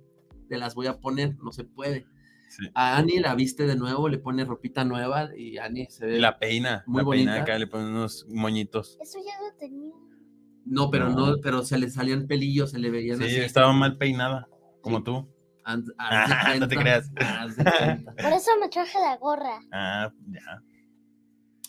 Speaker 9: te las voy a poner? No se puede.
Speaker 8: Sí.
Speaker 9: A Annie la viste de nuevo, le pone ropita nueva y Annie se ve.
Speaker 8: Y la peina.
Speaker 9: Muy
Speaker 8: la peina
Speaker 9: bonita.
Speaker 8: acá le ponen unos moñitos.
Speaker 3: Eso ya lo tenía.
Speaker 9: No, pero no.
Speaker 8: No.
Speaker 9: pero se le salían pelillos, se le veían
Speaker 8: Sí,
Speaker 9: así.
Speaker 8: estaba mal peinada, como
Speaker 9: Sí.
Speaker 8: tú.
Speaker 9: Haz- haz de
Speaker 8: Ah, no te
Speaker 9: cuenta,
Speaker 8: creas.
Speaker 9: haz de cuenta.
Speaker 3: Por eso me traje la gorra.
Speaker 8: Ah, ya.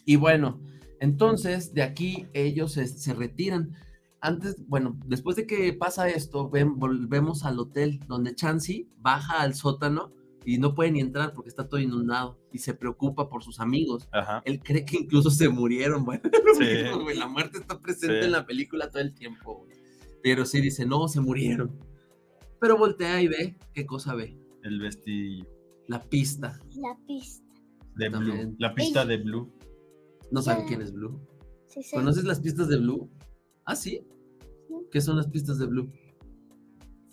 Speaker 9: Y bueno, entonces de aquí ellos se, se retiran. Antes, bueno, después de que pasa esto, ven- volvemos al hotel donde Chansey baja al sótano y no puede ni entrar porque está todo inundado y se preocupa por sus amigos.
Speaker 8: Ajá.
Speaker 9: Él cree que incluso se murieron, güey.
Speaker 8: Sí.
Speaker 9: Güey, La muerte está presente
Speaker 8: Sí.
Speaker 9: en la película todo el tiempo, güey. Pero sí dice, no, se murieron. Pero voltea y ve, ¿qué cosa ve?
Speaker 8: El vestido
Speaker 9: La pista.
Speaker 3: La pista.
Speaker 8: de
Speaker 9: También.
Speaker 8: blue. La pista de blue.
Speaker 9: No sabe
Speaker 3: Ya.
Speaker 9: quién es Blue.
Speaker 3: Sí, sí.
Speaker 9: ¿Conoces las pistas de Blue? Ah, sí. ¿Qué son las pistas de Blue?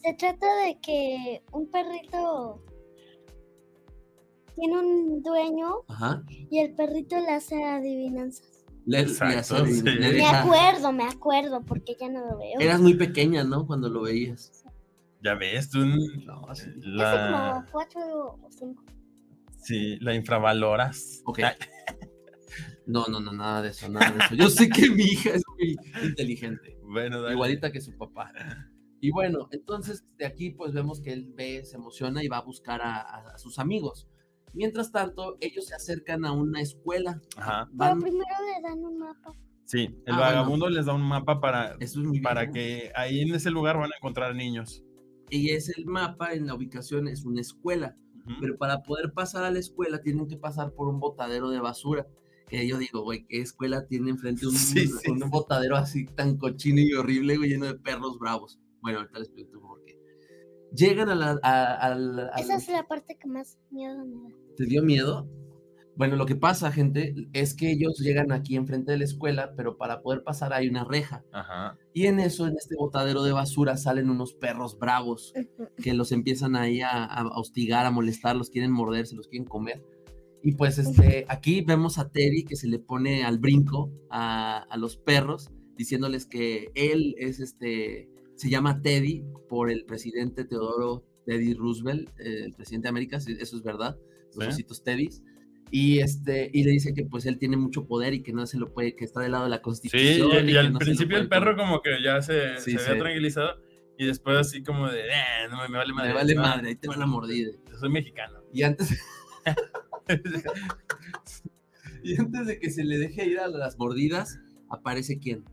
Speaker 3: Se trata de que un perrito tiene un dueño
Speaker 9: Ajá.
Speaker 3: y el perrito le hace adivinanzas.
Speaker 9: Le- le
Speaker 8: Exacto,
Speaker 9: hace adivinar-
Speaker 8: sí.
Speaker 9: le
Speaker 3: Me
Speaker 9: deja-
Speaker 3: acuerdo, me acuerdo, porque ya no lo veo.
Speaker 9: Eras muy pequeña, ¿no? Cuando lo veías.
Speaker 8: Ya ves, tú. n-
Speaker 9: No, sí.
Speaker 3: Hace
Speaker 8: La,
Speaker 3: como cuatro o cinco.
Speaker 8: sí, la infravaloras.
Speaker 9: Ok.
Speaker 8: Ay,
Speaker 9: No, no, no, nada de eso, nada de eso. Yo sé que mi hija es muy inteligente.
Speaker 8: bueno, dale.
Speaker 9: igualita que su papá. Y bueno, entonces de aquí pues vemos que él ve, se emociona y va a buscar a, a- a sus amigos. Mientras tanto, ellos se acercan a una escuela.
Speaker 8: Ajá.
Speaker 3: Pero
Speaker 9: Van,
Speaker 3: primero le dan un mapa.
Speaker 8: Sí, el
Speaker 9: Ah,
Speaker 8: vagabundo les da un mapa para,
Speaker 9: eso es muy
Speaker 8: para
Speaker 9: viejo.
Speaker 8: que ahí en ese lugar van a encontrar niños.
Speaker 9: Y es el mapa, en la ubicación es una escuela.
Speaker 8: Ujú.
Speaker 9: Pero para poder pasar a la escuela tienen que pasar por un botadero de basura. Que yo digo, güey, ¿qué escuela tiene enfrente un,
Speaker 8: Sí, sí,
Speaker 9: un
Speaker 8: sí.
Speaker 9: botadero así tan cochino y horrible, güey, lleno de perros bravos? Bueno, ahorita les explico por qué. Llegan a la... a- al- al-
Speaker 3: Esa es la parte que más miedo me da.
Speaker 9: ¿Te dio miedo? Bueno, lo que pasa, gente, es que ellos llegan aquí enfrente de la escuela, pero para poder pasar hay una reja.
Speaker 8: Ajá.
Speaker 9: Y en eso, en este botadero de basura, salen unos perros bravos.
Speaker 3: Ujú.
Speaker 9: que los empiezan ahí a, a hostigar, a molestar, los quieren morder, se los quieren comer. Y pues este, aquí vemos a Terry que se le pone al brinco a, a los perros, diciéndoles que él es este, se llama Teddy por el presidente Teodoro Teddy Roosevelt, eh, el presidente de América, sí, eso es verdad, los
Speaker 8: Sí.
Speaker 9: ositos Teddys. Y, este, y le dice que pues él tiene mucho poder y que no se lo puede, que está del lado de la
Speaker 8: Sí,
Speaker 9: constitución.
Speaker 8: y, y
Speaker 9: que
Speaker 8: al
Speaker 9: no se lo
Speaker 8: principio el
Speaker 9: puede
Speaker 8: perro como que ya se,
Speaker 9: Sí,
Speaker 8: se había
Speaker 9: sí.
Speaker 8: tranquilizado y después así como de, "Eh, no me, me vale
Speaker 9: Me
Speaker 8: madre.
Speaker 9: vale
Speaker 8: ¿no?
Speaker 9: madre, ahí te va la mordida.
Speaker 8: Yo soy mexicano.
Speaker 9: Y antes. y antes de que se le deje ir a las mordidas, aparece quién?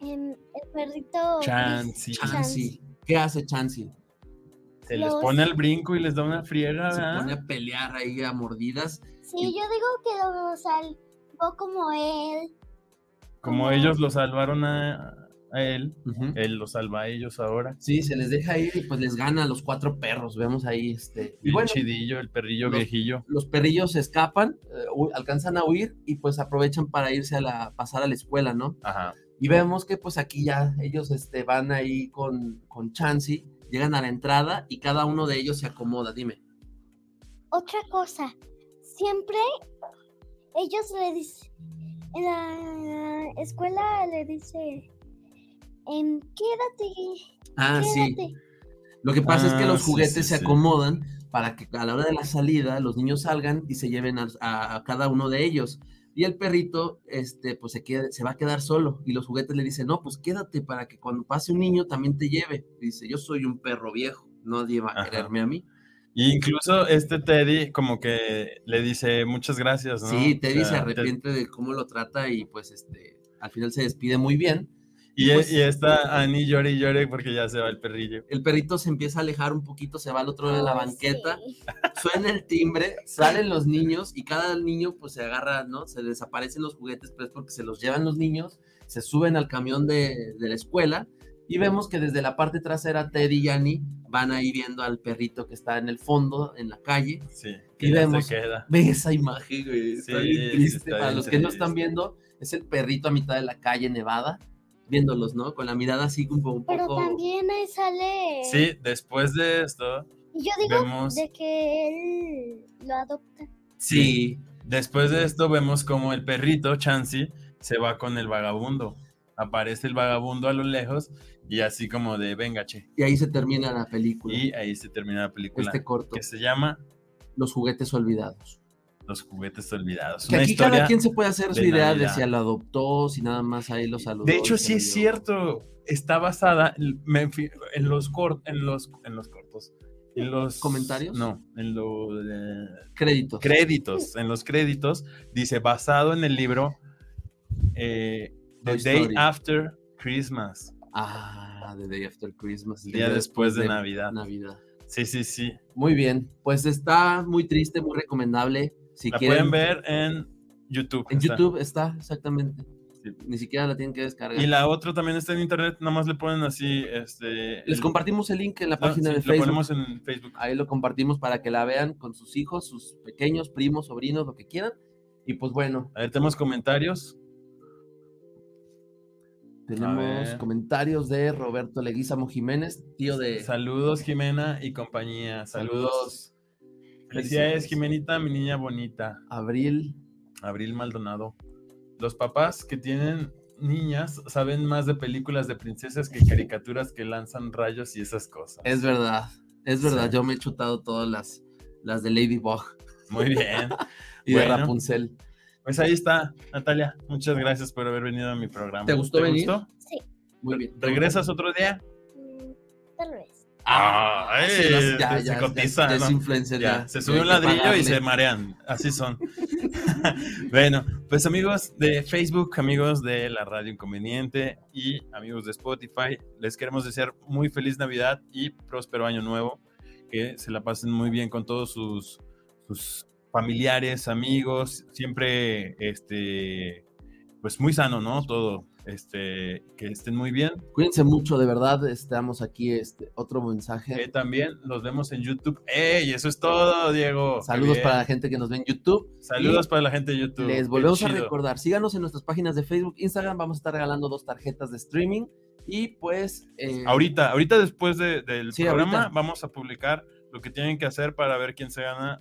Speaker 3: Em, el perrito.
Speaker 8: Chansey.
Speaker 9: Chansey. ¿Qué hace Chansey?
Speaker 8: Se
Speaker 3: Los-
Speaker 8: les pone al brinco y les da una friega,
Speaker 9: Se
Speaker 8: ¿verdad?
Speaker 9: pone a pelear ahí a mordidas.
Speaker 3: Sí, yo digo que lo salvó como él.
Speaker 8: Como ellos lo salvaron a, a él, él lo salva a ellos ahora.
Speaker 9: Sí, se les deja ir y pues les gana a los cuatro perros. Vemos ahí este. Y
Speaker 8: El
Speaker 9: bueno,
Speaker 8: chidillo, el perrillo
Speaker 9: los-
Speaker 8: viejillo.
Speaker 9: los perrillos se escapan, eh, hu- alcanzan a huir y pues aprovechan para irse a la, pasar a la escuela, ¿no?
Speaker 8: Ajá.
Speaker 9: Y vemos que pues aquí ya ellos este, van ahí con, con Chansey, llegan a la entrada y cada uno de ellos se acomoda, dime.
Speaker 3: Otra cosa, siempre ellos le dicen, en la escuela le dice, em, quédate,
Speaker 9: Ah, sí.
Speaker 3: quédate.
Speaker 9: Lo que pasa es que
Speaker 8: Ah,
Speaker 9: los
Speaker 8: sí,
Speaker 9: juguetes
Speaker 8: sí,
Speaker 9: se
Speaker 8: sí.
Speaker 9: acomodan para que a la hora de la salida los niños salgan y se lleven a, a- a cada uno de ellos. Y el perrito, este, pues se, queda, se va a quedar solo. Y los juguetes le dicen, no, pues quédate para que cuando pase un niño también te lleve. Y dice, yo soy un perro viejo, nadie va a
Speaker 8: Ajá.
Speaker 9: quererme a mí.
Speaker 8: Y incluso este Teddy como que le dice muchas gracias, Pues ¿no?
Speaker 9: Sí, Teddy
Speaker 8: O sea,
Speaker 9: se
Speaker 8: te-
Speaker 9: arrepiente de cómo lo trata y pues este, al final se despide muy bien.
Speaker 8: Y,
Speaker 9: pues,
Speaker 8: y está Annie llore y llore porque ya se va el perrillo.
Speaker 9: el perrito se empieza a alejar un poquito, se va al otro lado de la
Speaker 3: Ah,
Speaker 9: banqueta,
Speaker 3: sí.
Speaker 9: suena el timbre, salen los niños y cada niño pues se agarra, ¿no? Se desaparecen los juguetes, pero es porque se los llevan los niños, se suben al camión de, de la escuela y vemos que desde la parte trasera Teddy y Annie van ahí viendo al perrito que está en el fondo, en la calle.
Speaker 8: Sí.
Speaker 9: Y
Speaker 8: que ya se
Speaker 9: vemos-
Speaker 8: queda.
Speaker 9: Ve esa imagen, güey, está
Speaker 8: Sí,
Speaker 9: bien
Speaker 8: sí,
Speaker 9: triste.
Speaker 8: está
Speaker 9: Para
Speaker 8: bien
Speaker 9: los que no están
Speaker 8: triste.
Speaker 9: viendo, es el perrito a mitad de la calle nevada, viéndolos, ¿no? Con la mirada así como un
Speaker 3: Pero
Speaker 9: poco...
Speaker 3: también ahí sale...
Speaker 8: Sí, después de esto,
Speaker 3: Y yo Eh. digo
Speaker 8: vemos-
Speaker 3: de que él lo adopta.
Speaker 9: Sí,
Speaker 8: después de esto vemos como el perrito Chansey se va con el vagabundo. Aparece el vagabundo a lo lejos y así como de venga che.
Speaker 9: y ahí se termina la película.
Speaker 8: Y ahí se termina la película
Speaker 9: este corto,
Speaker 8: que se llama
Speaker 9: Los juguetes olvidados.
Speaker 8: Los juguetes olvidados.
Speaker 9: Que
Speaker 8: Una
Speaker 9: aquí cada
Speaker 8: historia-
Speaker 9: quien se puede hacer su
Speaker 8: de
Speaker 9: idea de
Speaker 8: Navidad.
Speaker 9: si la adoptó, si nada más ahí lo saludó.
Speaker 8: De
Speaker 9: y
Speaker 8: hecho,
Speaker 9: se
Speaker 8: sí
Speaker 9: lo
Speaker 8: es
Speaker 9: dio.
Speaker 8: cierto. Está basada en, me fi- en los cor- en los en los cortos. En los
Speaker 9: ¿Comentarios?
Speaker 8: No, en los eh,
Speaker 9: Crédito.
Speaker 8: créditos. En los créditos dice basado en el libro eh, The
Speaker 9: Toy
Speaker 8: Day
Speaker 9: Story.
Speaker 8: After Christmas.
Speaker 9: ah, The Day After Christmas. el
Speaker 8: Día después de Navidad.
Speaker 9: Navidad.
Speaker 8: Sí, sí, sí.
Speaker 9: Muy bien, pues está muy triste, muy recomendable. Si
Speaker 8: La
Speaker 9: quieren
Speaker 8: pueden ver en YouTube.
Speaker 9: En
Speaker 8: está.
Speaker 9: YouTube está, exactamente.
Speaker 8: Sí.
Speaker 9: Ni siquiera la tienen que descargar.
Speaker 8: Y la otra también está en internet, nada más le ponen así, este...
Speaker 9: Les
Speaker 8: el-
Speaker 9: compartimos el link en la
Speaker 8: No,
Speaker 9: página
Speaker 8: sí,
Speaker 9: de
Speaker 8: Lo
Speaker 9: Facebook.
Speaker 8: ponemos en Facebook.
Speaker 9: Ahí lo compartimos para que la vean con sus hijos, sus pequeños, primos, sobrinos, lo que quieran. Y pues bueno,
Speaker 8: A ver, tenemos comentarios.
Speaker 9: Tenemos
Speaker 8: ver.
Speaker 9: comentarios de Roberto Leguizamo Jiménez, tío de...
Speaker 8: Saludos, Jimena y compañía. Saludos. Felicidades,
Speaker 9: Felicidades.
Speaker 8: Jimenita, mi niña bonita.
Speaker 9: Abril.
Speaker 8: Abril Maldonado. Los papás que tienen niñas saben más de películas de princesas que caricaturas que lanzan rayos y esas cosas.
Speaker 9: Es verdad, es verdad,
Speaker 8: Sí.
Speaker 9: yo me he chutado todas las, las de Ladybug
Speaker 8: Muy bien.
Speaker 9: y de
Speaker 8: Bueno.
Speaker 9: Rapunzel.
Speaker 8: Pues ahí está, Natalia. Muchas gracias por haber venido a mi programa.
Speaker 9: ¿Te gustó venir?
Speaker 3: Sí,
Speaker 9: Muy bien.
Speaker 8: ¿Regresas otro día?
Speaker 3: mm, tal vez.
Speaker 9: Ah,
Speaker 8: Ay,
Speaker 9: sí, las- ya,
Speaker 8: eh, se
Speaker 9: ya,
Speaker 8: cotiza,
Speaker 9: ya, ya es
Speaker 8: ¿no?
Speaker 9: influencer,
Speaker 8: Ya,
Speaker 9: ya.
Speaker 8: se
Speaker 9: Ya
Speaker 8: sube
Speaker 9: hay
Speaker 8: un
Speaker 9: que
Speaker 8: ladrillo y
Speaker 9: pagarle.
Speaker 8: se marean. Así son. bueno, pues amigos de Facebook, amigos de la Radio Inconveniente y amigos de Spotify, les queremos desear muy feliz Navidad y próspero año nuevo. Que se la pasen muy bien con todos sus, sus familiares, amigos, siempre este pues muy sano, ¿no? Todo. Este, que estén muy bien.
Speaker 9: Cuídense mucho, de verdad, estamos aquí, este, otro mensaje.
Speaker 8: Eh, también nos vemos en YouTube. ¡Ey! Eso es todo, Diego. Qué
Speaker 9: Saludos
Speaker 8: bien.
Speaker 9: para la gente que nos ve en YouTube.
Speaker 8: Saludos para la gente de YouTube.
Speaker 9: Les
Speaker 8: Qué
Speaker 9: volvemos a
Speaker 8: chido.
Speaker 9: recordar, síganos en nuestras páginas de Facebook, Instagram, vamos a estar regalando dos tarjetas de streaming Y pues. eh,
Speaker 8: Ahorita, ahorita después de- del
Speaker 9: Sí,
Speaker 8: programa,
Speaker 9: ahorita.
Speaker 8: vamos a publicar lo que tienen que hacer para ver quién se gana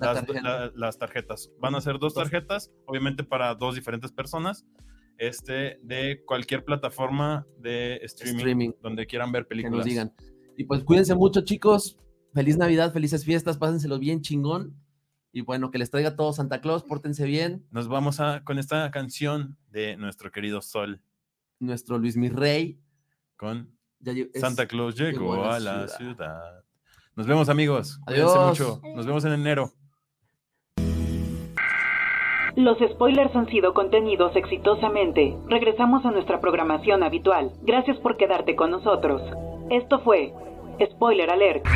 Speaker 9: La
Speaker 8: las,
Speaker 9: tarjeta.
Speaker 8: la- las tarjetas. Van a ser dos tarjetas, obviamente para dos diferentes personas, este, de cualquier plataforma de streaming,
Speaker 9: Streaming.
Speaker 8: donde quieran ver
Speaker 9: que
Speaker 8: películas.
Speaker 9: nos digan. Y pues cuídense mucho, chicos. Feliz Navidad, felices fiestas, pásenselo bien chingón. Y bueno, que les traiga todo Santa Claus, pórtense bien.
Speaker 8: Nos vamos a, con esta canción de nuestro querido Sol,
Speaker 9: Nuestro Luis Mirrey.
Speaker 8: con
Speaker 9: Ya llegó- es-
Speaker 8: Santa Claus llegó, a la ciudad. Nos vemos amigos.
Speaker 9: Adiós.
Speaker 8: Cuídense mucho. Nos vemos en enero.
Speaker 1: Los spoilers han sido contenidos exitosamente. Regresamos a nuestra programación habitual. Gracias por quedarte con nosotros. Esto fue Spoiler Alert.